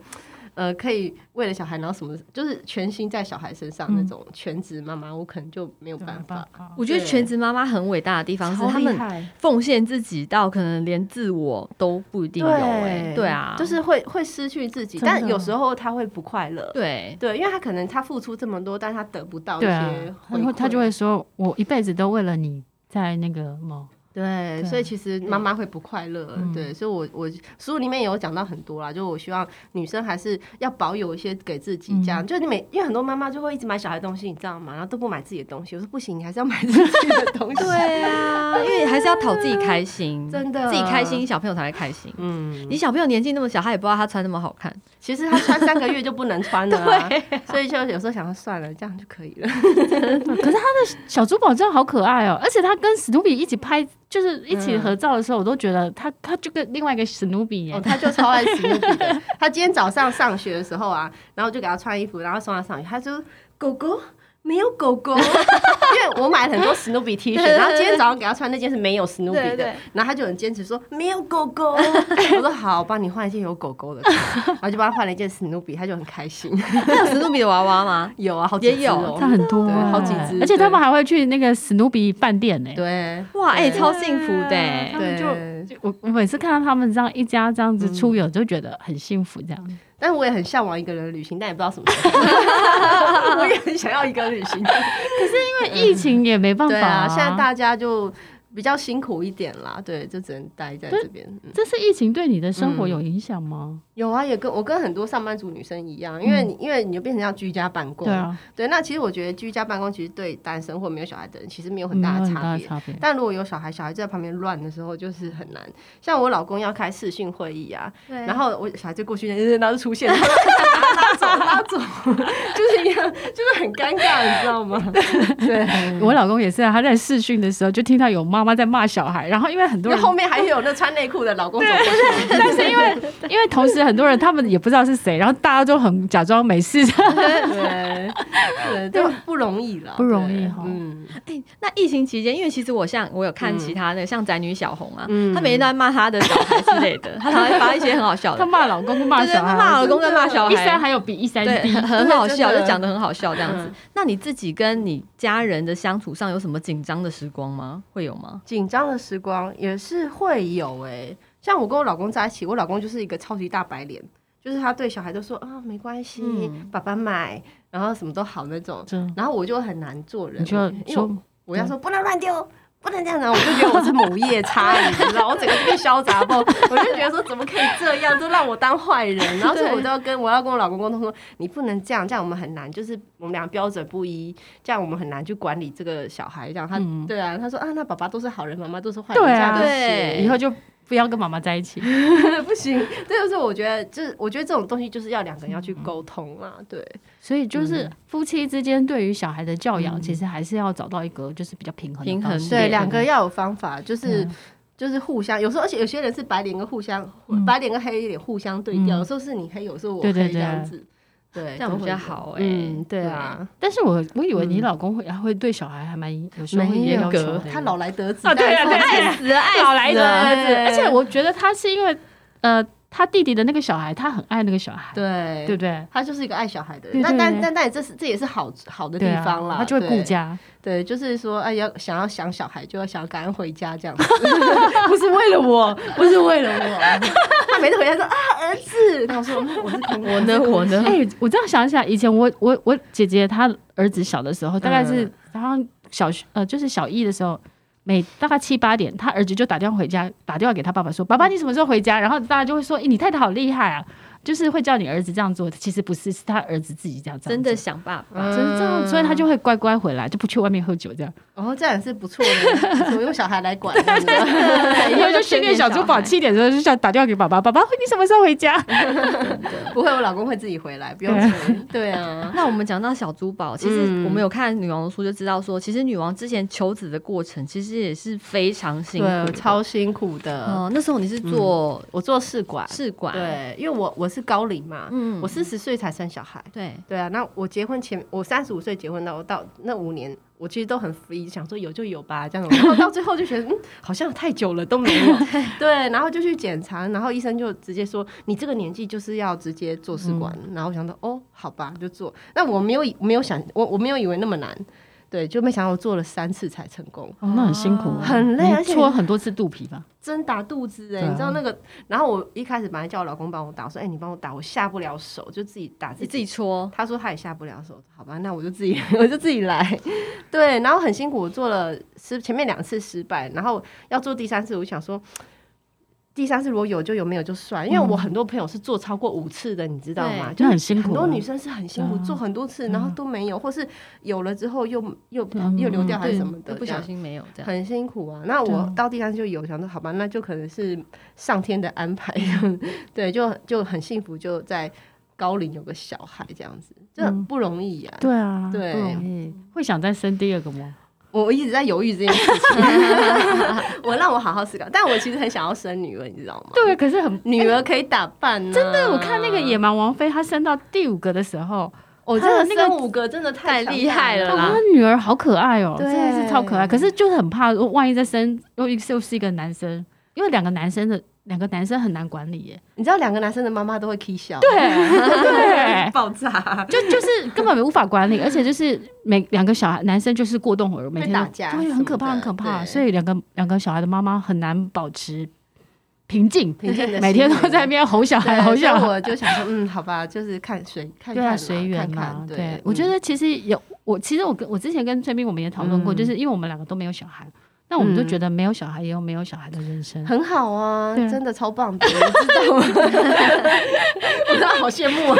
Speaker 1: 呃，可以为了小孩，然后什么就是全心在小孩身上那
Speaker 3: 嗯
Speaker 1: 种全职妈妈，我可能就没有办法。
Speaker 2: 我觉得
Speaker 1: 对
Speaker 2: 全职妈妈很伟大的地方是，
Speaker 1: 超
Speaker 2: 他
Speaker 1: 厉
Speaker 2: 们
Speaker 1: 害
Speaker 2: 奉献自己到可能连自我都不一定有哎、对啊，
Speaker 1: 就是会会失去自己，
Speaker 3: 真的
Speaker 1: 但有时候他会不快乐。
Speaker 2: 对，
Speaker 1: 对，因为他可能他付出这么多，但他得不到一
Speaker 3: 对啊
Speaker 1: 些，回
Speaker 3: 然
Speaker 1: 馈，
Speaker 3: 后他就会说，我一辈子都为了你在那个什么，
Speaker 1: 对，所以其实妈妈会不快乐。
Speaker 3: 嗯
Speaker 1: 对，所以我我书里面有讲到很多啦，就我希望女生还是要保有一些给自己，这样、
Speaker 3: 嗯
Speaker 1: 就你每因为很多妈妈就会一直买小孩东西，你知道吗？然后都不买自己的东西，我说不行，你还是要买自己的东西。
Speaker 3: *laughs*
Speaker 2: 对啊，因为还是要讨自己开心，
Speaker 1: 真的
Speaker 2: 自己开心，小朋友才会开心。
Speaker 1: 嗯，
Speaker 2: 你小朋友年纪那么小，他也不知道他穿那么好看，
Speaker 1: 其实她穿三个月就不能穿了、
Speaker 3: *laughs*
Speaker 1: 啊，所以就有时候想说算了，这样就可以了。
Speaker 3: 小珠宝真的好可爱哦，而且他跟史努比一起拍，就是一起
Speaker 1: 嗯
Speaker 3: 合照的时候，我都觉得他他就跟另外一个史努比耶
Speaker 1: 哦，，他就超爱史努比的。他今天早上上学的时候啊，然后就给他穿衣服，然后送他上学，他就狗狗。没有狗狗，因为我买了很多史努比 T 恤，然后今天早上给他穿那件是没有史努比
Speaker 2: 对
Speaker 1: 的
Speaker 2: 对，
Speaker 1: 然后他就很坚持说没有狗狗。我说好，我帮你换一件有狗狗的，然后就帮他换了一件史努比，他就很开心。
Speaker 2: 他有史努比的娃娃吗？
Speaker 1: 有啊，好几
Speaker 2: 也
Speaker 1: 只
Speaker 2: 有
Speaker 1: 哦
Speaker 3: 他很多
Speaker 1: 对
Speaker 3: 哎，
Speaker 1: 好几只
Speaker 3: 而且他
Speaker 1: 对
Speaker 3: 们还会去那个史努比饭店欸呢。
Speaker 1: 对
Speaker 2: 哇，哎、
Speaker 1: 对
Speaker 2: 超幸福的、
Speaker 3: 他
Speaker 2: 哎
Speaker 3: 们就
Speaker 1: 对
Speaker 3: 就我我每次看到他们这样一家这样子出游，就觉得很幸福。这样，
Speaker 1: 但是我也很向往一个人旅行，但也不知道什么时候。 *laughs* 我也很想要一个人旅行，
Speaker 3: 因为疫情也没办法
Speaker 1: 对啊，现在大家就比较辛苦一点啦，对，就只能待在这边。嗯
Speaker 3: 这是疫情对你的生活有影响吗？
Speaker 1: 有啊，也跟我跟很多上班族女生一样，因为你、因为你就变成要居家办公，
Speaker 3: 嗯对啊，
Speaker 1: 对那其实我觉得居家办公其实对单身或没有小孩的人其实没有很
Speaker 3: 没有
Speaker 1: 大的
Speaker 3: 很
Speaker 1: 差
Speaker 3: 大的
Speaker 1: 别。
Speaker 3: 差别。
Speaker 1: 但如果有小孩，小孩就在旁边乱的时候，就是很难。像我老公要开视讯会议啊，
Speaker 3: 哎
Speaker 1: 然后我小孩就过去，呃然后就出
Speaker 3: *laughs*
Speaker 1: 现，拉走拉走， *laughs* 就是一样，
Speaker 3: *laughs*
Speaker 1: 就是很尴尬，你知道吗？对，嗯
Speaker 3: 我老公也是啊，他在试训的时候就听到有妈妈妈在骂小孩，然后因为很多
Speaker 1: 那
Speaker 3: 人
Speaker 1: 后面还有那穿内裤的老公走过去，
Speaker 3: 但是因为因为同时很多人他们也不知道是谁，然后大家都很假装没事， *laughs*
Speaker 1: 对对，就不容易了，
Speaker 3: 不容易
Speaker 1: 对
Speaker 3: 哈
Speaker 1: 嗯，
Speaker 2: 哎、那疫情期间，因为其实我像我有看
Speaker 1: 嗯
Speaker 2: 其他的，像宅女小红啊，
Speaker 1: 嗯
Speaker 2: 她每天都在骂她的小孩之类的，她常常发一些很好笑
Speaker 3: 他
Speaker 2: 的，
Speaker 3: 骂老公骂
Speaker 2: 对对，
Speaker 3: 小孩，
Speaker 2: 骂老公跟骂小
Speaker 3: 一三
Speaker 2: 孩，
Speaker 3: 还有比一三
Speaker 2: 对，
Speaker 3: 低，
Speaker 2: 很好笑，
Speaker 3: 真的
Speaker 2: 就讲的很好笑这样子
Speaker 1: 嗯。
Speaker 2: 那你自己跟你家人的相处上有什么紧张的时光吗？会有吗？
Speaker 1: 紧张的时光也是会有哎、像我跟我老公在一起，我老公就是一个超级大白脸，就是他对小孩都说啊没关系，
Speaker 3: 嗯
Speaker 1: 爸爸买，然后什么都好那种，
Speaker 3: 真的
Speaker 1: 然后我就很难做人，
Speaker 3: 你就
Speaker 1: 因为我
Speaker 3: 说
Speaker 1: 我要说不能乱丢。不能这样子，然啊后我就觉得我是母夜叉，你知道，我 *laughs* 整个就被潇洒爆，我就觉得说怎么可以这样，都让我当坏
Speaker 3: *laughs*
Speaker 1: 人。然后所以我就要跟我要跟我老公沟通说，你不能这样，这样我们很难，就是我们俩标准不一，这样我们很难去管理这个小孩。这样他、
Speaker 3: 嗯
Speaker 1: 对啊，他说啊，那爸爸都是好人，妈妈都是坏人，
Speaker 3: 对
Speaker 1: 这样
Speaker 3: 啊
Speaker 1: 不
Speaker 2: 对
Speaker 3: 以后就不要跟妈妈在一起，
Speaker 1: 行 *laughs* 不行。这就是我觉得，就是我觉得这种东西就是要两个人要去沟通啦，对，
Speaker 3: 所以
Speaker 1: 嗯
Speaker 3: 就是夫妻之间对于小孩的教养，其实还是要找到一个就是比较平衡的
Speaker 2: 平衡
Speaker 3: 方式
Speaker 2: 对
Speaker 1: 对，两个要有方法，就是
Speaker 3: 嗯。
Speaker 1: 就是互相，有时候而且有些人是白脸跟互相，
Speaker 3: 嗯
Speaker 1: 白脸跟黑脸互相对调，有时候是你黑，有时候我黑
Speaker 3: 对对
Speaker 1: 这样
Speaker 3: 对
Speaker 1: 子，对，
Speaker 2: 这样
Speaker 1: 都
Speaker 2: 比
Speaker 1: 会
Speaker 2: 较
Speaker 1: 有
Speaker 2: 好
Speaker 3: 欸
Speaker 2: 哎、
Speaker 1: 嗯，对啊，
Speaker 3: 但是我我以为你老公会还会对小孩还蛮有时候
Speaker 1: 嗯
Speaker 3: 会
Speaker 1: 没
Speaker 3: 严要求
Speaker 1: 有
Speaker 3: 的
Speaker 1: 他老来得子
Speaker 3: 啊对啊
Speaker 1: 但是
Speaker 3: 对啊
Speaker 1: 他
Speaker 3: 对啊
Speaker 2: 爱死了，爱死了
Speaker 3: 老来的儿子，
Speaker 1: 对
Speaker 3: 而且我觉得他是因为呃他弟弟的那个小孩，他很爱那个小孩，
Speaker 1: 对
Speaker 3: 对不对？
Speaker 1: 他就是一个爱小孩的人。
Speaker 3: 对
Speaker 1: 那
Speaker 3: 对
Speaker 1: 但
Speaker 3: 对
Speaker 1: 但但这是这也是好好的地
Speaker 3: 对啊
Speaker 1: 方啦，
Speaker 3: 他就会顾
Speaker 1: 对。
Speaker 3: 家，
Speaker 1: 对，就是说，哎，要想要想小孩，就要想要赶快回家这样子，不是为了我，不是为了我。他每次回家说啊，儿子，那我说嗯我是空
Speaker 2: 我呢，我
Speaker 3: *laughs*
Speaker 1: 嗯
Speaker 2: 呢，
Speaker 3: 哎、我这样想起来，以前我我我姐姐她儿子小的时候，大概是
Speaker 1: 嗯
Speaker 3: 然后小学呃，就是小一的时候，每大概七八点，她儿子就打电话回家，打电话给他爸爸说：“爸爸，你什么时候回家？”然后大家就会说：“哎、你太太好厉害啊！”就是会叫你儿子这样做，其实不是，是他儿子自己这样这样
Speaker 2: 真
Speaker 3: 做
Speaker 2: 的想爸爸，
Speaker 3: 真的这
Speaker 1: 嗯
Speaker 3: 样，所以他就会乖乖回来，就不去外面喝酒这样。
Speaker 1: 哦，这样也是不错的，我用小孩来管。对
Speaker 3: 以
Speaker 2: *laughs*
Speaker 3: 后就训练小猪宝，七点的时候就叫打电话给爸爸，爸爸，你什么时候回家？
Speaker 1: 不会，我老公会自己回来，不用催。对啊，
Speaker 2: 那我们讲到小珠宝，其实
Speaker 1: 嗯
Speaker 2: 我们有看女王的书就知道说，其实女王之前求子的过程其实也是非常啊辛苦的，
Speaker 1: 辛苦的。
Speaker 2: 哦、那时候你是做
Speaker 1: 我做试管，
Speaker 2: 试管，，
Speaker 1: 嗯对，因为我我是高龄嘛，
Speaker 2: 嗯
Speaker 1: 我四十岁才生小孩。
Speaker 2: 对，
Speaker 1: 对啊，那我结婚前，我三十五岁结婚到到那五年，我其实都很 free，想说有就有吧，这样。然后到最后就觉得，嗯，好像太久了都没
Speaker 3: *laughs*
Speaker 1: 有。对，然后就去检查，然后医生就直接说，你这个年纪就是要直接做试管。
Speaker 3: 嗯
Speaker 1: 然后我想到，哦，好吧，就做。那我没有以没有想，我我没有以为那么难，对，就没想到我做了三次才成功。
Speaker 3: 哦，那很辛苦，
Speaker 1: 很累
Speaker 3: 你
Speaker 1: 而且
Speaker 3: 搓很多次肚皮吧。
Speaker 1: 针打肚子哎、
Speaker 3: 对啊
Speaker 1: 你知道那个？然后我一开始本来叫我老公帮我打，我说：“哎、你帮我打，我下不了手，就自己打自
Speaker 2: 你
Speaker 1: 己。”
Speaker 2: 自己戳，
Speaker 1: 他说他也下不了手，好吧，那我就自己 *laughs* 我就自己来。对，然后很辛苦，我做了失前面两次失败，然后要做第三次，我想说。第三次如果有就有，没有就算。因为我很多朋友是做超过五次的，你知道吗？
Speaker 2: 对
Speaker 1: 就
Speaker 3: 嗯那很辛苦
Speaker 1: 很多
Speaker 3: 啊
Speaker 1: 女生是很辛苦，
Speaker 3: 对啊
Speaker 1: 做很多次，然后都没有，或是有了之后又又
Speaker 3: 嗯
Speaker 1: 又流掉还
Speaker 2: 对，
Speaker 1: 是什么的，
Speaker 2: 就不
Speaker 1: 这样
Speaker 2: 小心没有这样。
Speaker 1: 很辛苦啊。那
Speaker 3: 对
Speaker 1: 我
Speaker 3: 啊
Speaker 1: 到第三次就有想说，好吧，那就可能是上天的安排， *laughs* 对，就就很幸福，就在高龄有个小孩这样子，这
Speaker 3: 嗯
Speaker 1: 很不容易啊。
Speaker 3: 对啊，
Speaker 1: 对
Speaker 3: 不容易，会想再生第二个吗？
Speaker 1: 我一直在犹豫这件事情，我让我好好思考。但我其实很想要生女儿，你知道吗？
Speaker 3: 对，可是很
Speaker 1: 女儿可以打扮、啊
Speaker 3: 真的，我看那个《野蛮王妃》，她生到第五个的时候，
Speaker 1: 我
Speaker 3: 她的
Speaker 1: 真的
Speaker 3: 那个
Speaker 1: 生五个真的太
Speaker 2: 太
Speaker 1: 强
Speaker 2: 厉害
Speaker 1: 大
Speaker 2: 了啦
Speaker 3: 她女儿好可爱哦，
Speaker 1: 对
Speaker 3: 真的是超可爱。可是就是很怕，万一再生又一又是一个男生，因为两个男生的两个男生很难管理耶。
Speaker 1: 你知道两个男生的妈妈都会 k 笑，
Speaker 3: 对 *laughs* 对，
Speaker 1: 爆炸，
Speaker 3: 就就是根本无法管理，而且就是每两个小孩男生就是过动儿，每天
Speaker 1: 打架
Speaker 3: 对，
Speaker 1: 什么
Speaker 3: 很可怕，
Speaker 1: 的
Speaker 3: 很可怕。
Speaker 1: 对
Speaker 3: 所以两个两个小孩的妈妈很难保持平静，
Speaker 1: 平静的
Speaker 3: 每天
Speaker 1: 心
Speaker 3: 都
Speaker 1: 情
Speaker 3: 在那边吼小孩，吼
Speaker 1: 对，所以
Speaker 3: 小孩。
Speaker 1: 我就想说，嗯，好吧，就是看随看看
Speaker 3: 对
Speaker 1: 啦
Speaker 3: 啊，随缘
Speaker 1: 看
Speaker 3: 嘛
Speaker 1: 看。
Speaker 3: 对，
Speaker 1: 对，
Speaker 3: 我觉
Speaker 1: 嗯
Speaker 3: 得其实有我，其实我跟我之前跟崔斌我们也讨论过，
Speaker 1: 嗯
Speaker 3: 就是因为我们两个都没有小孩，那我们就
Speaker 1: 嗯
Speaker 3: 觉得没有小孩也有没有小孩的人生。
Speaker 1: 很好啊，
Speaker 3: 对啊
Speaker 1: 真的超棒的，你知道吗？ *laughs* 我真的好羡慕啊。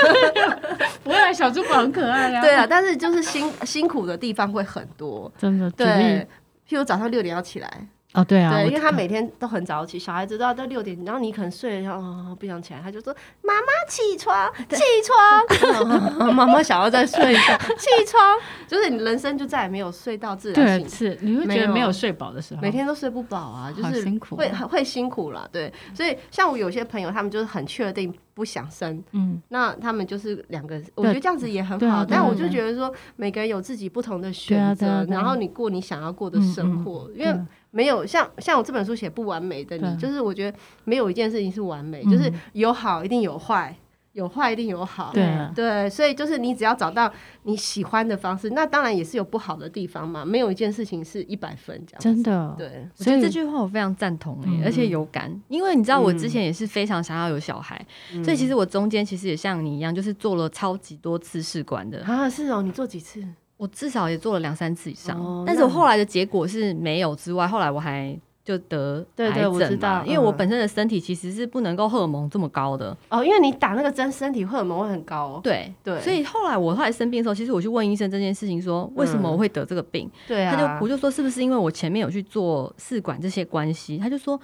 Speaker 3: *laughs* 不会啊，小猪宝很可爱呀
Speaker 1: 对，啊，但是就是辛辛苦的地方会很多，
Speaker 3: 真的，举例
Speaker 1: 对，譬如早上六点要起来，
Speaker 3: 哦，对啊，
Speaker 1: 对，
Speaker 3: 我
Speaker 1: 因为他每天都很早起，小孩子都要到六点，然后你可能睡了，然后、哦、不想起来，他就说：“妈妈起床，起床。 *laughs* 然后”妈妈想要再睡一下，起床。 *laughs* 就是你人生就再也没有睡到自然醒，
Speaker 3: 对是，你会
Speaker 1: 没
Speaker 3: 觉得没
Speaker 1: 有
Speaker 3: 有睡饱的时候，
Speaker 1: 每天都睡不饱啊，就
Speaker 3: 好
Speaker 1: 是
Speaker 3: 辛苦
Speaker 1: 会
Speaker 3: 哦
Speaker 1: 会辛苦啦。对，所以像我有些朋友，他们就是很确定不想生，
Speaker 3: 嗯，
Speaker 1: 那他们就是两个，我觉得这样子也很
Speaker 3: 对啊
Speaker 1: 好。
Speaker 3: 对啊
Speaker 1: 但我
Speaker 3: 对
Speaker 1: 就
Speaker 3: 啊
Speaker 1: 觉得说，每个人有自己不同的
Speaker 3: 对
Speaker 1: 选
Speaker 3: 啊对啊
Speaker 1: 择，
Speaker 3: 对啊
Speaker 1: 然后你过你想要过的
Speaker 3: 嗯
Speaker 1: 生
Speaker 3: 嗯
Speaker 1: 活，因
Speaker 3: 对
Speaker 1: 为
Speaker 3: 啊
Speaker 1: 没有像像我这本书写不完美的
Speaker 3: 对
Speaker 1: 你，
Speaker 3: 啊
Speaker 1: 就是我觉得没有一件事情是完美，就是
Speaker 3: 嗯
Speaker 1: 有好一定有坏，有坏一定有好。
Speaker 3: 对啊，
Speaker 1: 对，所以就是你只要找到你喜欢的方式，那当然也是有不好的地方嘛，没有一件事情是一百分这样。
Speaker 3: 真的，
Speaker 1: 对，
Speaker 3: 所
Speaker 2: 我觉得
Speaker 3: 以
Speaker 2: 这句话我非常赞同、欸
Speaker 3: 嗯
Speaker 2: 而且有感，因为你知道我之前也是非常想要有小孩，
Speaker 1: 嗯
Speaker 2: 所以其实我中间其实也像你一样，就是做了超级多次试管的，
Speaker 1: 啊，是哦，你做几次？
Speaker 2: 我至少也做了两三次以上。
Speaker 1: 哦
Speaker 2: 但是我
Speaker 1: 那
Speaker 2: 后来的结果是没有之外，后来我还就得
Speaker 1: 对对
Speaker 2: 癌
Speaker 1: 我
Speaker 2: 症
Speaker 1: 知
Speaker 2: 嘛
Speaker 1: 道
Speaker 2: 因为我
Speaker 1: 嗯
Speaker 2: 本身的身体其实是不能够荷尔蒙这么高的，
Speaker 1: 哦，因为你打那个针，身体荷尔蒙会很高哦。
Speaker 2: 对
Speaker 1: 对
Speaker 2: 所以后来我后来生病的时候，其实我去问医生这件事情说为什么我会得这个病，
Speaker 1: 嗯对啊
Speaker 2: 他就我就说是不是因为我前面有去做试管这些关系，他就说。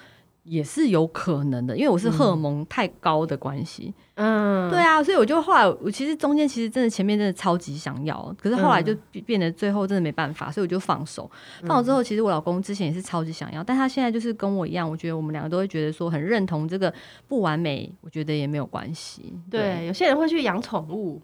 Speaker 2: 也是有可能的，因为我是荷尔蒙太高的关系。
Speaker 1: 嗯，
Speaker 2: 对啊，所以我就后来，我其实中间其实真的前面真的超级想要，可是后来就变变得最后真的没办法，所以我就放手。放手之后，其实我老公之前也是超级想要，但他现在就是跟我一样，我觉得我们两个都会觉得说很认同这个不完美，我觉得也没有关系。
Speaker 1: 对，有些人会去养宠物，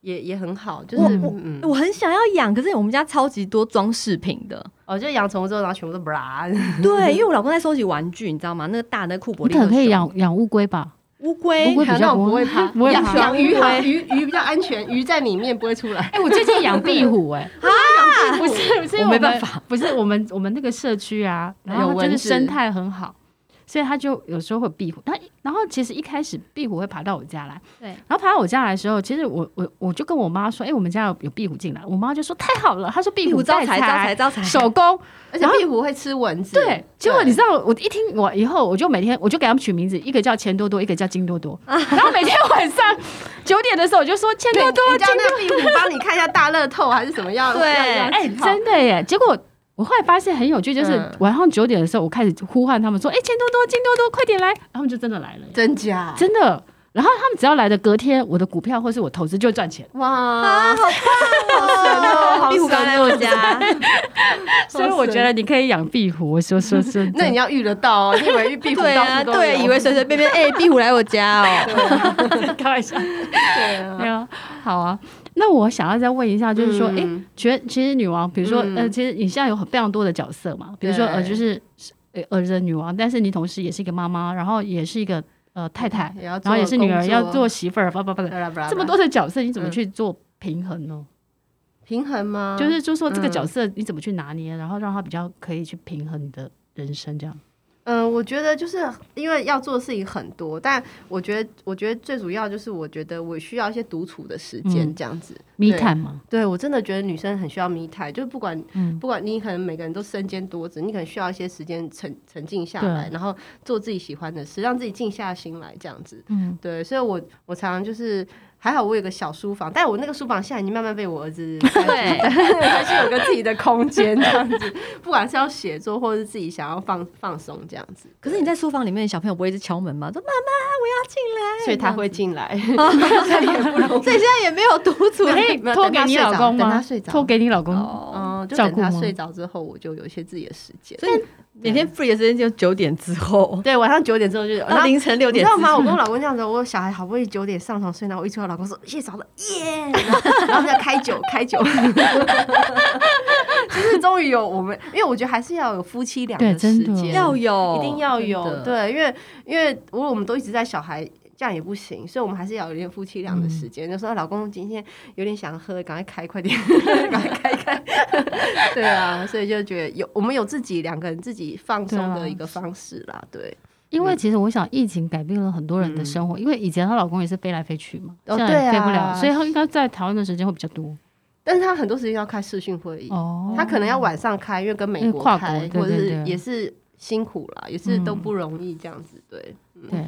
Speaker 1: 也也很好，就是
Speaker 2: 我
Speaker 1: 嗯，
Speaker 2: 我很想要养，可是我们家超级多装饰品的。
Speaker 1: 哦，就养宠物之后，然后全部都 b
Speaker 2: *laughs* 对，因为我老公在收集玩具，你知道吗？那个大的库伯
Speaker 3: 你
Speaker 2: 利
Speaker 3: 可
Speaker 2: 克
Speaker 3: 能可以
Speaker 2: 熊
Speaker 3: 养养乌龟吧，
Speaker 2: 乌龟
Speaker 3: 乌龟
Speaker 1: *laughs*
Speaker 3: 比
Speaker 1: 还有那
Speaker 3: 较
Speaker 1: 种不会爬，
Speaker 3: 不会
Speaker 1: 养
Speaker 3: 爬
Speaker 1: 养鱼好，鱼鱼比较安全，鱼在里面不会出来。
Speaker 3: 哎，我最近养壁虎，哎，
Speaker 1: 啊，
Speaker 3: *laughs* 不是，不是
Speaker 2: 我
Speaker 3: 我
Speaker 2: 没
Speaker 3: 们
Speaker 2: 办法，
Speaker 3: 不是我们我们那个社区啊，然
Speaker 1: 有
Speaker 3: 后它
Speaker 1: 蚊
Speaker 3: 就
Speaker 1: 子
Speaker 3: 是生态很好，所以它就有时候会有壁虎。它然后其实一开始壁虎会爬到我家来，
Speaker 6: 对
Speaker 3: 然后爬到我家来的时候，其实我我我就跟我妈说，哎、我们家有有壁虎进来，我妈就说太好了，她说壁
Speaker 2: 壁虎招
Speaker 3: 带
Speaker 2: 财招财招财，
Speaker 3: 手工。
Speaker 1: 而且壁虎会吃蚊子。
Speaker 3: 对，结果你知道，我一听我以后，我就每天我就给他们取名字，一个叫钱多多，一个叫金多多。然后每天晚上九点的时候，我就说钱
Speaker 1: 对，
Speaker 3: 多多，
Speaker 1: 你叫那个壁虎帮你看一下大乐透还是什么样？
Speaker 2: 对
Speaker 1: 要要
Speaker 3: 哎、
Speaker 1: 几号
Speaker 3: 真的耶！结果我后来发现很有趣，就是
Speaker 1: 嗯
Speaker 3: 晚上九点的时候，我开始呼唤他们说：“哎、钱多多、金多多，快点来！”然后他们就真的来了耶，
Speaker 1: 真假？
Speaker 3: 真的。然后他们只要来的隔天，我的股票或是我投资就
Speaker 1: *laughs*
Speaker 3: 赚钱，
Speaker 1: 哇，
Speaker 2: 哦啊壁虎刚来我家，
Speaker 3: 所以我觉得你可以养壁虎。我说说
Speaker 1: *laughs*
Speaker 3: 真
Speaker 1: 那你
Speaker 3: 的，
Speaker 1: 要预得到哦，你以为壁虎
Speaker 2: 对
Speaker 1: 到
Speaker 2: 啊，
Speaker 1: 处都有
Speaker 2: 对，以为随随便便，哎，壁虎来我家
Speaker 1: *laughs*
Speaker 2: 哦，
Speaker 3: *laughs* 开玩笑，
Speaker 1: 对
Speaker 3: 没
Speaker 1: 啊，
Speaker 3: 有好啊。那我想要再问一下，就是说，哎、
Speaker 1: 嗯
Speaker 3: 觉其实女王，比如说，
Speaker 1: 嗯
Speaker 3: 呃，其实你现在有很非常多的角色嘛，比如说，呃，
Speaker 1: 对
Speaker 3: 就是呃儿子的女王，但是你同时也是一个妈妈，然后也是一个呃太太，
Speaker 1: 也嗯要
Speaker 3: 然后也是女儿，
Speaker 1: 工作啊
Speaker 3: 要做媳妇儿，叭叭叭的，
Speaker 1: 巴拉巴拉
Speaker 3: 这么多的角色，你
Speaker 1: 嗯
Speaker 3: 怎么去做平衡呢？
Speaker 1: 平衡吗？
Speaker 3: 就是就说这个角
Speaker 1: 嗯
Speaker 3: 色你怎么去拿捏，然后让他比较可以去平衡你的人生，这样。
Speaker 1: 嗯，我觉得就是因为要做的事情很多，但我觉得，我觉得最主要就是，我觉得我需要一些独处的时间，
Speaker 3: 嗯
Speaker 1: 这样子。
Speaker 3: 密探嘛，
Speaker 1: 对我真的觉得女生很需要迷态，就是不管
Speaker 3: 嗯，
Speaker 1: 不管你可能每个人都身兼多职，你可能需要一些时间沉沉静下来，
Speaker 3: 对
Speaker 1: 然后做自己喜欢的事，让自己静下心来，这样子。
Speaker 3: 嗯，
Speaker 1: 对，所以我我常常就是还好，我有个小书房，但我那个书房现在已经慢慢被我儿子
Speaker 3: *laughs*
Speaker 1: *laughs*
Speaker 2: 对
Speaker 1: 还是有个自己的空间这样子，不管是要写作或是自己想要放放松这样子。
Speaker 2: 可是你在书房里面，小朋友不会一直敲门吗？说妈
Speaker 1: 所以他会进 *laughs* 来，
Speaker 2: 妈，所以现在也没有独处
Speaker 1: *laughs*
Speaker 3: 你可以
Speaker 1: 没有
Speaker 3: 哎托给你老公
Speaker 1: 等
Speaker 3: 吗
Speaker 1: 他睡？着
Speaker 3: 托给你老公，
Speaker 2: 哦，
Speaker 1: 嗯，就
Speaker 3: 照
Speaker 1: 等他
Speaker 3: 顾吗
Speaker 1: 睡着之后，我就有一些自己的时间。
Speaker 2: 所以每天 free 的时间就九点之
Speaker 1: *laughs*
Speaker 2: 后
Speaker 1: 对，晚上九点之后就有。然
Speaker 2: 到
Speaker 1: 后
Speaker 2: 凌晨六
Speaker 1: 你知
Speaker 2: 点
Speaker 1: 道
Speaker 2: 之
Speaker 1: 吗？
Speaker 2: 后，
Speaker 1: 我跟我老公这样子，我小孩好不容易九点上床睡，然后我一出来，老公说：“谢谢早了，耶！”然后 *laughs* 然后我们要开酒，开酒， *laughs* 就是终于有我们，因为我觉得还是要有夫妻俩
Speaker 3: 对
Speaker 1: 的时
Speaker 3: 真的
Speaker 1: 间，
Speaker 2: 要有，
Speaker 3: 哦
Speaker 1: 一定要
Speaker 2: 真
Speaker 1: 有，
Speaker 2: 的，
Speaker 1: 对，因为因为如果我们都一直在小孩。这样也不行，所以我们还是要有一点夫妻俩的
Speaker 3: 嗯
Speaker 1: 时间。就说啊老公今天有点想喝，赶快开，快点， *laughs* 赶快开开。对啊，所以就觉得有我们有自己两个人自己放松
Speaker 3: 对啊
Speaker 1: 的一个方式啦。对，
Speaker 3: 因为其实我想疫情改变了很多人的
Speaker 1: 嗯
Speaker 3: 生活，因为以前她老公也是飞来飞去嘛，
Speaker 1: 哦
Speaker 3: 现在
Speaker 1: 对
Speaker 3: 也飞
Speaker 1: 啊
Speaker 3: 不了，所以她应该在台湾的时间会比较多。
Speaker 1: 但是他很多时间要开视讯会议，
Speaker 3: 哦，
Speaker 1: 他可能要晚上开，因为跟美
Speaker 3: 因为
Speaker 1: 国
Speaker 3: 跨国
Speaker 1: 开，
Speaker 3: 对
Speaker 1: 或者
Speaker 3: 对
Speaker 1: 是
Speaker 3: 对
Speaker 1: 也是辛苦啦，也是都
Speaker 3: 嗯
Speaker 1: 不容易这样子。对，
Speaker 3: 对，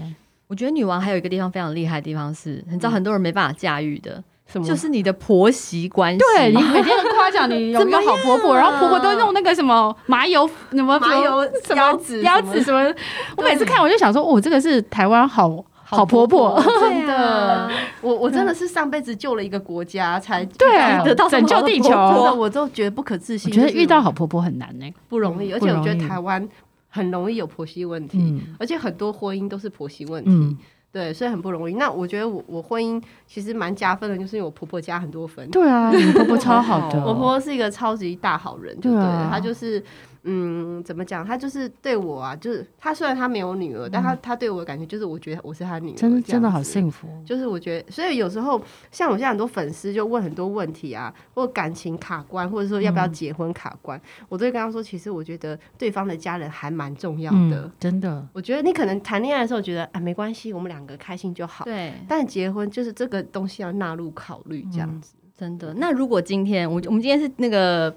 Speaker 2: 我觉得女王还有一个地方非常厉害的地方是，你知道很多人没办法驾驭的，
Speaker 1: 嗯什么？
Speaker 2: 就是你的婆媳关系。
Speaker 3: 对
Speaker 2: *laughs*
Speaker 3: 你每天夸奖你有一个好婆婆，然后婆婆都弄那个什么麻油什么
Speaker 1: 麻油
Speaker 3: 什么
Speaker 1: 腰子
Speaker 3: 腰
Speaker 1: 什么
Speaker 3: 子什么，我每次看我就想说，哦，这个是台湾好好
Speaker 1: *laughs*
Speaker 3: 婆婆， *laughs* 啊
Speaker 2: 真的，
Speaker 1: 我我真的是上辈子救了一个国家，才
Speaker 3: 对，啊
Speaker 2: 得到什
Speaker 3: 拯
Speaker 2: 么
Speaker 3: 救
Speaker 2: 好
Speaker 3: 地球。
Speaker 2: 婆
Speaker 1: 真的
Speaker 3: 我
Speaker 1: 我都觉得不可置信。
Speaker 3: 觉得
Speaker 1: 就是
Speaker 3: 遇到好婆婆很难呢。
Speaker 1: 不容易，而
Speaker 3: 不
Speaker 1: 且我觉
Speaker 3: 容易
Speaker 1: 得台湾很容易有婆媳问题，
Speaker 3: 嗯
Speaker 1: 而且很多婚姻都是婆媳问题。
Speaker 3: 嗯，
Speaker 1: 对，所以很不容易。那我觉得我我婚姻其实蛮加分的，就是因为我婆婆加很多分。
Speaker 3: 对啊，你婆婆超好的，
Speaker 1: 我婆婆是一个超级大好人，就对
Speaker 3: 对啊
Speaker 1: 了。她就是，嗯，怎么讲？她就是对我啊，就是她虽然她没有女儿，但她她对我的感觉就是，我觉得我是她女儿，
Speaker 3: 嗯真的真的好
Speaker 1: 幸。
Speaker 3: 幸福。
Speaker 1: 就是我觉得，所以有时候像我现在很多粉丝就问很多问题啊，或感情卡关，或者说要
Speaker 2: 嗯
Speaker 1: 不要结婚卡关，我都会跟他说，其实我觉得对方的家人还蛮重要的。
Speaker 3: 嗯，真的，
Speaker 1: 我觉得你可能谈恋爱的时候觉得啊没关系，我们两个开心就好，
Speaker 2: 对，
Speaker 1: 但结婚就是这个东西要纳入考虑这
Speaker 2: 嗯
Speaker 1: 样子。
Speaker 2: 真的。那如果今天我我们今天是那个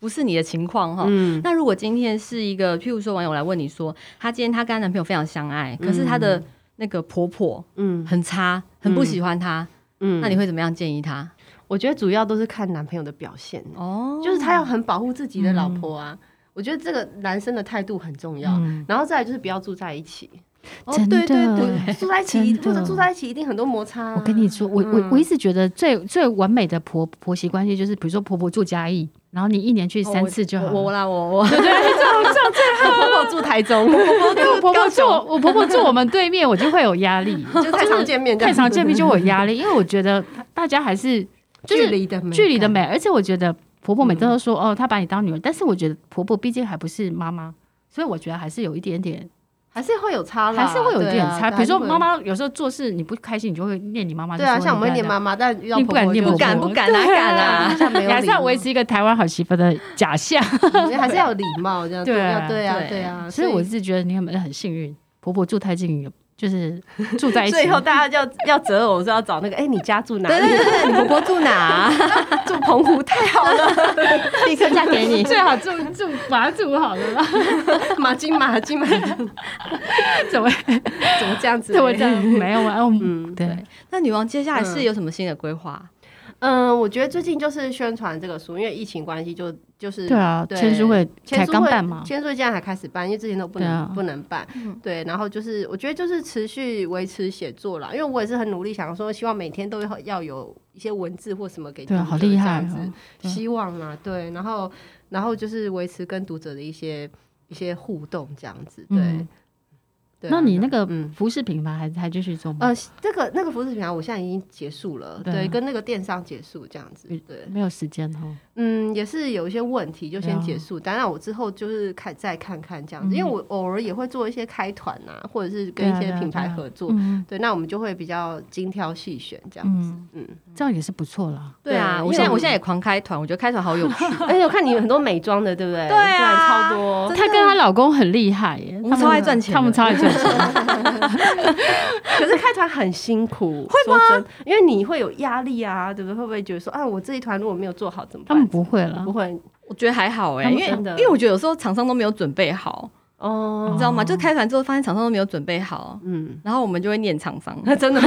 Speaker 2: 不是你的情况哈，
Speaker 1: 嗯，
Speaker 2: 那如果今天是一个，譬如说网友来问你说，她今天她跟她男朋友非常相爱，可是她的那个婆婆
Speaker 1: 嗯
Speaker 2: 很差，很不喜欢她，
Speaker 1: 嗯
Speaker 2: 那你会怎么样建议她？
Speaker 1: 我觉得主要都是看男朋友的表现，欸
Speaker 2: 哦嗯
Speaker 1: 就是他要很保护自己的老婆啊。我觉得这个男生的态度很重要，
Speaker 3: 嗯
Speaker 1: 然后再来就是不要住在一起。哦
Speaker 3: 真的
Speaker 1: 对对对，住在一起，
Speaker 3: 真的
Speaker 1: 或者住在一起一定很多摩擦啊、
Speaker 3: 我跟你说，我我
Speaker 1: 嗯
Speaker 3: 我一直觉得最最完美的婆婆媳关系就是，比如说婆婆住嘉义，然后你一年去三次就好了。
Speaker 2: 哦我我啦，我我
Speaker 1: 我婆婆住台
Speaker 3: *laughs*
Speaker 1: 中，
Speaker 3: 因为我婆婆住我我婆婆住我们对面，我就会有压
Speaker 1: *laughs*
Speaker 3: 力，
Speaker 1: 就太常见面这
Speaker 3: 太
Speaker 1: 样，
Speaker 3: 常见面就会有压力，因为我觉得大家还是就是
Speaker 1: *laughs* 距离的美，嗯
Speaker 3: 距离的。美，而且我觉得婆婆每次都说、哦，她把你当女儿，但是我觉得婆婆毕竟还不是妈妈。所以我觉得还是有一点点，
Speaker 1: 还是会有差啦，
Speaker 3: 还是会有一
Speaker 1: 对啊
Speaker 3: 点差。
Speaker 1: 对啊
Speaker 3: 比如说
Speaker 1: 因为
Speaker 3: 妈妈有时候做事你不开心，你就会念你妈妈。
Speaker 1: 对啊，
Speaker 3: 就说
Speaker 1: 像我们
Speaker 3: 你
Speaker 1: 念
Speaker 3: 不要
Speaker 1: 妈妈，但遇到
Speaker 3: 你不敢
Speaker 1: 婆婆
Speaker 3: 念
Speaker 1: 就
Speaker 3: 婆
Speaker 2: 不
Speaker 3: 婆
Speaker 2: 敢不敢哪
Speaker 1: 对
Speaker 2: 敢
Speaker 1: 啊，
Speaker 2: 啊！
Speaker 1: 像没
Speaker 3: 这
Speaker 1: 有
Speaker 3: *laughs* 样，你还是要维
Speaker 1: 礼
Speaker 3: 持一个台湾好媳妇的假象。
Speaker 1: 貌， *laughs* 还是要有礼貌这样。
Speaker 3: 对
Speaker 1: 对啊，对啊，
Speaker 2: 对
Speaker 1: 对啊。
Speaker 3: 所以我是觉得你们很幸运，婆婆住太近，就是住在一起。
Speaker 1: *laughs* 最后大家就要要择偶是要找那个，哎，你家住哪
Speaker 3: *laughs*
Speaker 2: 对
Speaker 1: 里？
Speaker 2: 对对对，你婆婆住
Speaker 1: *laughs*
Speaker 2: 哪？
Speaker 1: 住澎湖，太好
Speaker 3: *laughs*
Speaker 1: 了，
Speaker 2: 立刻嫁给你。
Speaker 3: 最好住住把它住好了 *laughs* 啦。
Speaker 1: *laughs* 马金马金马， *laughs*
Speaker 3: 怎么
Speaker 1: 怎么这
Speaker 3: *laughs*
Speaker 1: 样子？
Speaker 3: 怎么这样？没有啊，我们
Speaker 1: 嗯，
Speaker 3: 对，
Speaker 2: 那女王接下来是有什么新的规划？
Speaker 1: 嗯，我觉得最近就是宣传这个书，因为疫情关系就，就是
Speaker 3: 对啊，签书会才
Speaker 1: 签书
Speaker 3: 刚
Speaker 1: 会
Speaker 3: 办嘛，
Speaker 1: 签书会现在还开始办，因为之前都不能、
Speaker 3: 嗯对啊
Speaker 1: 不能办。对，然后就是我觉得就是持续维持写作啦，因为我也是很努力，想说希望每天都要要有一些文字或什么给读
Speaker 3: 对
Speaker 1: 者
Speaker 3: 啊好厉害
Speaker 1: 这样子
Speaker 3: 哦对
Speaker 1: 希望啦，对，然后然后就是维持跟读者的一些一些互动这样子，对。
Speaker 3: 嗯
Speaker 1: 对啊
Speaker 3: 那你那个
Speaker 1: 嗯。
Speaker 3: 服饰品牌还还继续做吗？
Speaker 1: 呃，这个那个服饰品牌我现在已经结束了，
Speaker 3: 对啊嗯
Speaker 1: 对，跟那个电商结束这样子，对，
Speaker 3: 没有时间哦。
Speaker 1: 嗯，也是有一些问题，就
Speaker 3: 了
Speaker 1: 先结束。当然，我之后就是看再看看这样子，因为我偶尔也会做一些开团啊，或者是跟一
Speaker 3: 对啊对
Speaker 1: 些
Speaker 3: 啊
Speaker 1: 品牌
Speaker 3: 对啊
Speaker 1: 合作。
Speaker 3: 嗯
Speaker 1: 对，那我们就会比较精挑细选这样子。
Speaker 3: 嗯
Speaker 1: 嗯，
Speaker 3: 这样也是不错啦。
Speaker 2: 对啊，
Speaker 1: 对
Speaker 2: 我现在
Speaker 1: 因为
Speaker 2: 我现在也狂开团，我觉得开团好有
Speaker 1: *laughs*
Speaker 2: 趣。
Speaker 1: 而哎且我看你有很多美妆的，对不对？对
Speaker 2: 啊
Speaker 1: 超多。
Speaker 3: 她跟她老公很厉害耶，
Speaker 2: 我
Speaker 3: 他
Speaker 2: 们超爱赚钱的
Speaker 3: 他们超爱
Speaker 1: *laughs*
Speaker 3: 赚钱。
Speaker 1: 可是开团很辛苦，会吗？因为你会有压力啊，对不对？会不会觉得说啊，我这一团如果没有做好怎么
Speaker 3: 他
Speaker 1: 办？
Speaker 3: 们不会啦
Speaker 1: 不，会
Speaker 2: 我觉得还好哎、
Speaker 1: 他
Speaker 2: 因
Speaker 1: 们
Speaker 2: 为
Speaker 1: 真的
Speaker 2: 因为我觉得有时候厂商都没有准备好，
Speaker 1: 哦
Speaker 2: 你，知道吗？就开团之后发现厂商都没有准备好，
Speaker 1: 嗯，
Speaker 2: 然后我们就会念厂商。
Speaker 1: 真的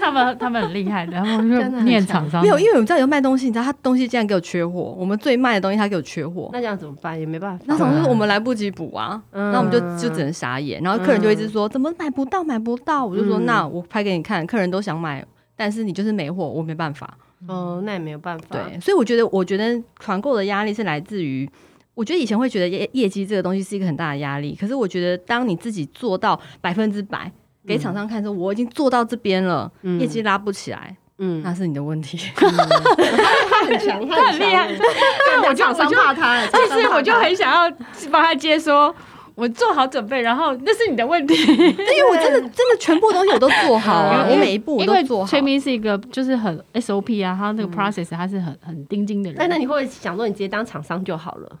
Speaker 3: 他们他们很厉
Speaker 1: *laughs*
Speaker 3: 害的，他们就
Speaker 1: 真的很
Speaker 3: 念厂商
Speaker 2: 没有，因为我们知道有卖东西，你知道他东西竟然给我缺货，我们最卖的东西他给我缺货，
Speaker 1: 那这样怎么办？也没办法。
Speaker 2: 那厂商说我们来不及补啊，
Speaker 1: 嗯
Speaker 2: 那我们就就只能傻眼，然后客人就一直说怎么买不到买不到，我就说
Speaker 1: 嗯
Speaker 2: 那我拍给你看，客人都想买，但是你就是没货，我没办法。
Speaker 1: *laughs* 哦，那也没有办法。
Speaker 2: 对，所以我觉得，我觉得团购的压力是来自于，我觉得以前会觉得业业绩这个东西是一个很大的压力，可是我觉得当你自己做到百分之百，给厂商看说我已经做到这边了，
Speaker 1: 嗯
Speaker 2: 业绩拉不起来，
Speaker 1: 嗯，
Speaker 2: 那是你的问题。
Speaker 1: 他很强，他很厉害。对，我厂商怕他，其
Speaker 3: 但是我就很想要帮他接说。我做好准备，然后那是你的问题。
Speaker 2: 因为我真的真的全部东西我都做好啊，
Speaker 3: 因为
Speaker 2: 我每一步我
Speaker 3: 因
Speaker 2: 都
Speaker 3: 为
Speaker 2: 做好嗯
Speaker 3: 崔。明是一个就是很 SOP 啊，他那个 process 他是很很钉钉的人。
Speaker 1: 那那你会不会想说你直接当厂商就好了？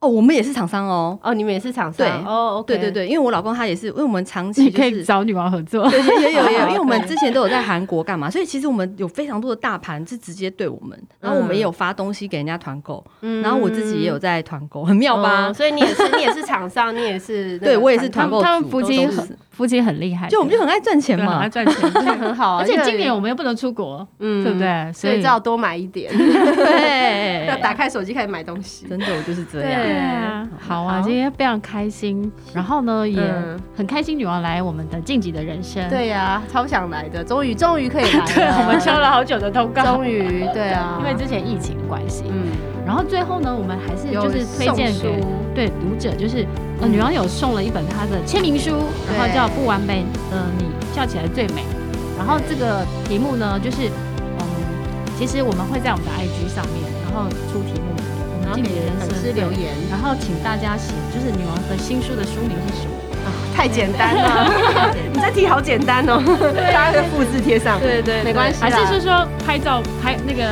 Speaker 2: 哦，我们也是厂商哦。
Speaker 1: 哦，你们也是厂商
Speaker 2: 对
Speaker 1: 哦，OK，
Speaker 2: 对对对，因为我老公他也是，因为我们长期
Speaker 3: 你
Speaker 2: 就
Speaker 3: 可
Speaker 2: 是
Speaker 3: 以找女王合作。
Speaker 2: 对，也 *laughs* 有也有，因为我们
Speaker 1: OK
Speaker 2: 之前都有在韩国干嘛，所以其实我们有非常多的大盘是直接对我们，然后我们也有发东西给人家团购，
Speaker 1: 嗯
Speaker 2: 然后我自己也有在团购，很妙吧？
Speaker 1: 哦所以你也是，你也是厂商，你也是那个
Speaker 2: 对我也是
Speaker 1: 厂商
Speaker 2: 团购组，
Speaker 3: 他们夫妻
Speaker 2: 都是
Speaker 3: 很夫妻很厉害，
Speaker 2: 就我们就很爱赚钱
Speaker 3: 对很
Speaker 2: 嘛
Speaker 3: 爱，赚
Speaker 2: *laughs*
Speaker 3: 钱，对
Speaker 1: 很好啊，
Speaker 3: 而且
Speaker 1: 就
Speaker 3: 今年我们又不能出国，
Speaker 1: 嗯
Speaker 3: 对不？对？
Speaker 1: 所以只好多买一点，
Speaker 2: 对
Speaker 1: 要打开手机开始买东西。
Speaker 2: *laughs* 真的我就是这
Speaker 3: 对
Speaker 2: 样。
Speaker 3: 啊，好啊，今天非常开心，然后呢也
Speaker 1: 嗯
Speaker 3: 很开心女王来我们的晋级的人生，，
Speaker 1: *laughs* 对呀，超想来的，终于终于可以来
Speaker 3: 对
Speaker 1: 了，
Speaker 3: *laughs* 我们敲了好久的通
Speaker 1: *laughs*
Speaker 3: 告，
Speaker 1: 终于对啊，
Speaker 3: 因为之前疫情关系，
Speaker 1: 嗯，
Speaker 3: 然后最后呢，我们还是
Speaker 1: 有
Speaker 3: 就是推荐
Speaker 1: 送
Speaker 3: 给
Speaker 1: 书
Speaker 3: 对读者，就是呃女王有送了一本她的签名书，然后
Speaker 1: 对
Speaker 3: 叫《不完美》，呃，你笑起来最美。然后这个题目呢，就是嗯，其实我们会在我们的 IG 上面，然后出题目，我
Speaker 1: 然后
Speaker 3: 们进
Speaker 1: 给
Speaker 3: 行人
Speaker 1: 粉丝
Speaker 3: 生
Speaker 1: 留。言
Speaker 3: 对然后请大家写，就是女王的新书的书名是什么？
Speaker 1: 太简单了，你这题好简单哦，大家的复制贴上，对对，没关系
Speaker 3: 还是
Speaker 1: 啦，
Speaker 3: 是说拍照拍那个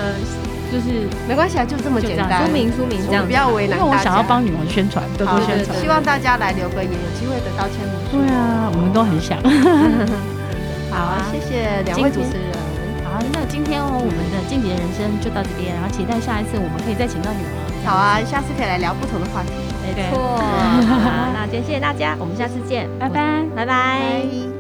Speaker 3: 就是
Speaker 1: 没关系啊，就这么
Speaker 3: 就
Speaker 1: 简
Speaker 3: 这样
Speaker 1: 单，
Speaker 2: 书名书名
Speaker 1: 我
Speaker 2: 这样
Speaker 1: 们不，要为
Speaker 3: 因
Speaker 1: 难
Speaker 3: 为我
Speaker 1: 大
Speaker 3: 想要
Speaker 1: 家。
Speaker 3: 帮女王宣传，多
Speaker 1: 好
Speaker 3: 多
Speaker 1: 对
Speaker 3: 宣
Speaker 1: 对
Speaker 3: 传。
Speaker 1: 希望大家来留个言，有机会得到签名书。
Speaker 3: 对啊，我们都很想。 *laughs* 好
Speaker 1: 好
Speaker 3: 啊
Speaker 1: 啊，，谢谢两位
Speaker 3: 今
Speaker 1: 主
Speaker 3: 天
Speaker 1: 持人，
Speaker 3: 好，那今天哦，我们的晋级的人生就到这边，然后期待下一次我们哦可以再请到女王。
Speaker 1: 好啊，下次可以来聊不同的话题。
Speaker 2: 没错。好那今天谢谢大家，我们下次见，
Speaker 3: 拜拜。
Speaker 2: 拜拜。
Speaker 1: 拜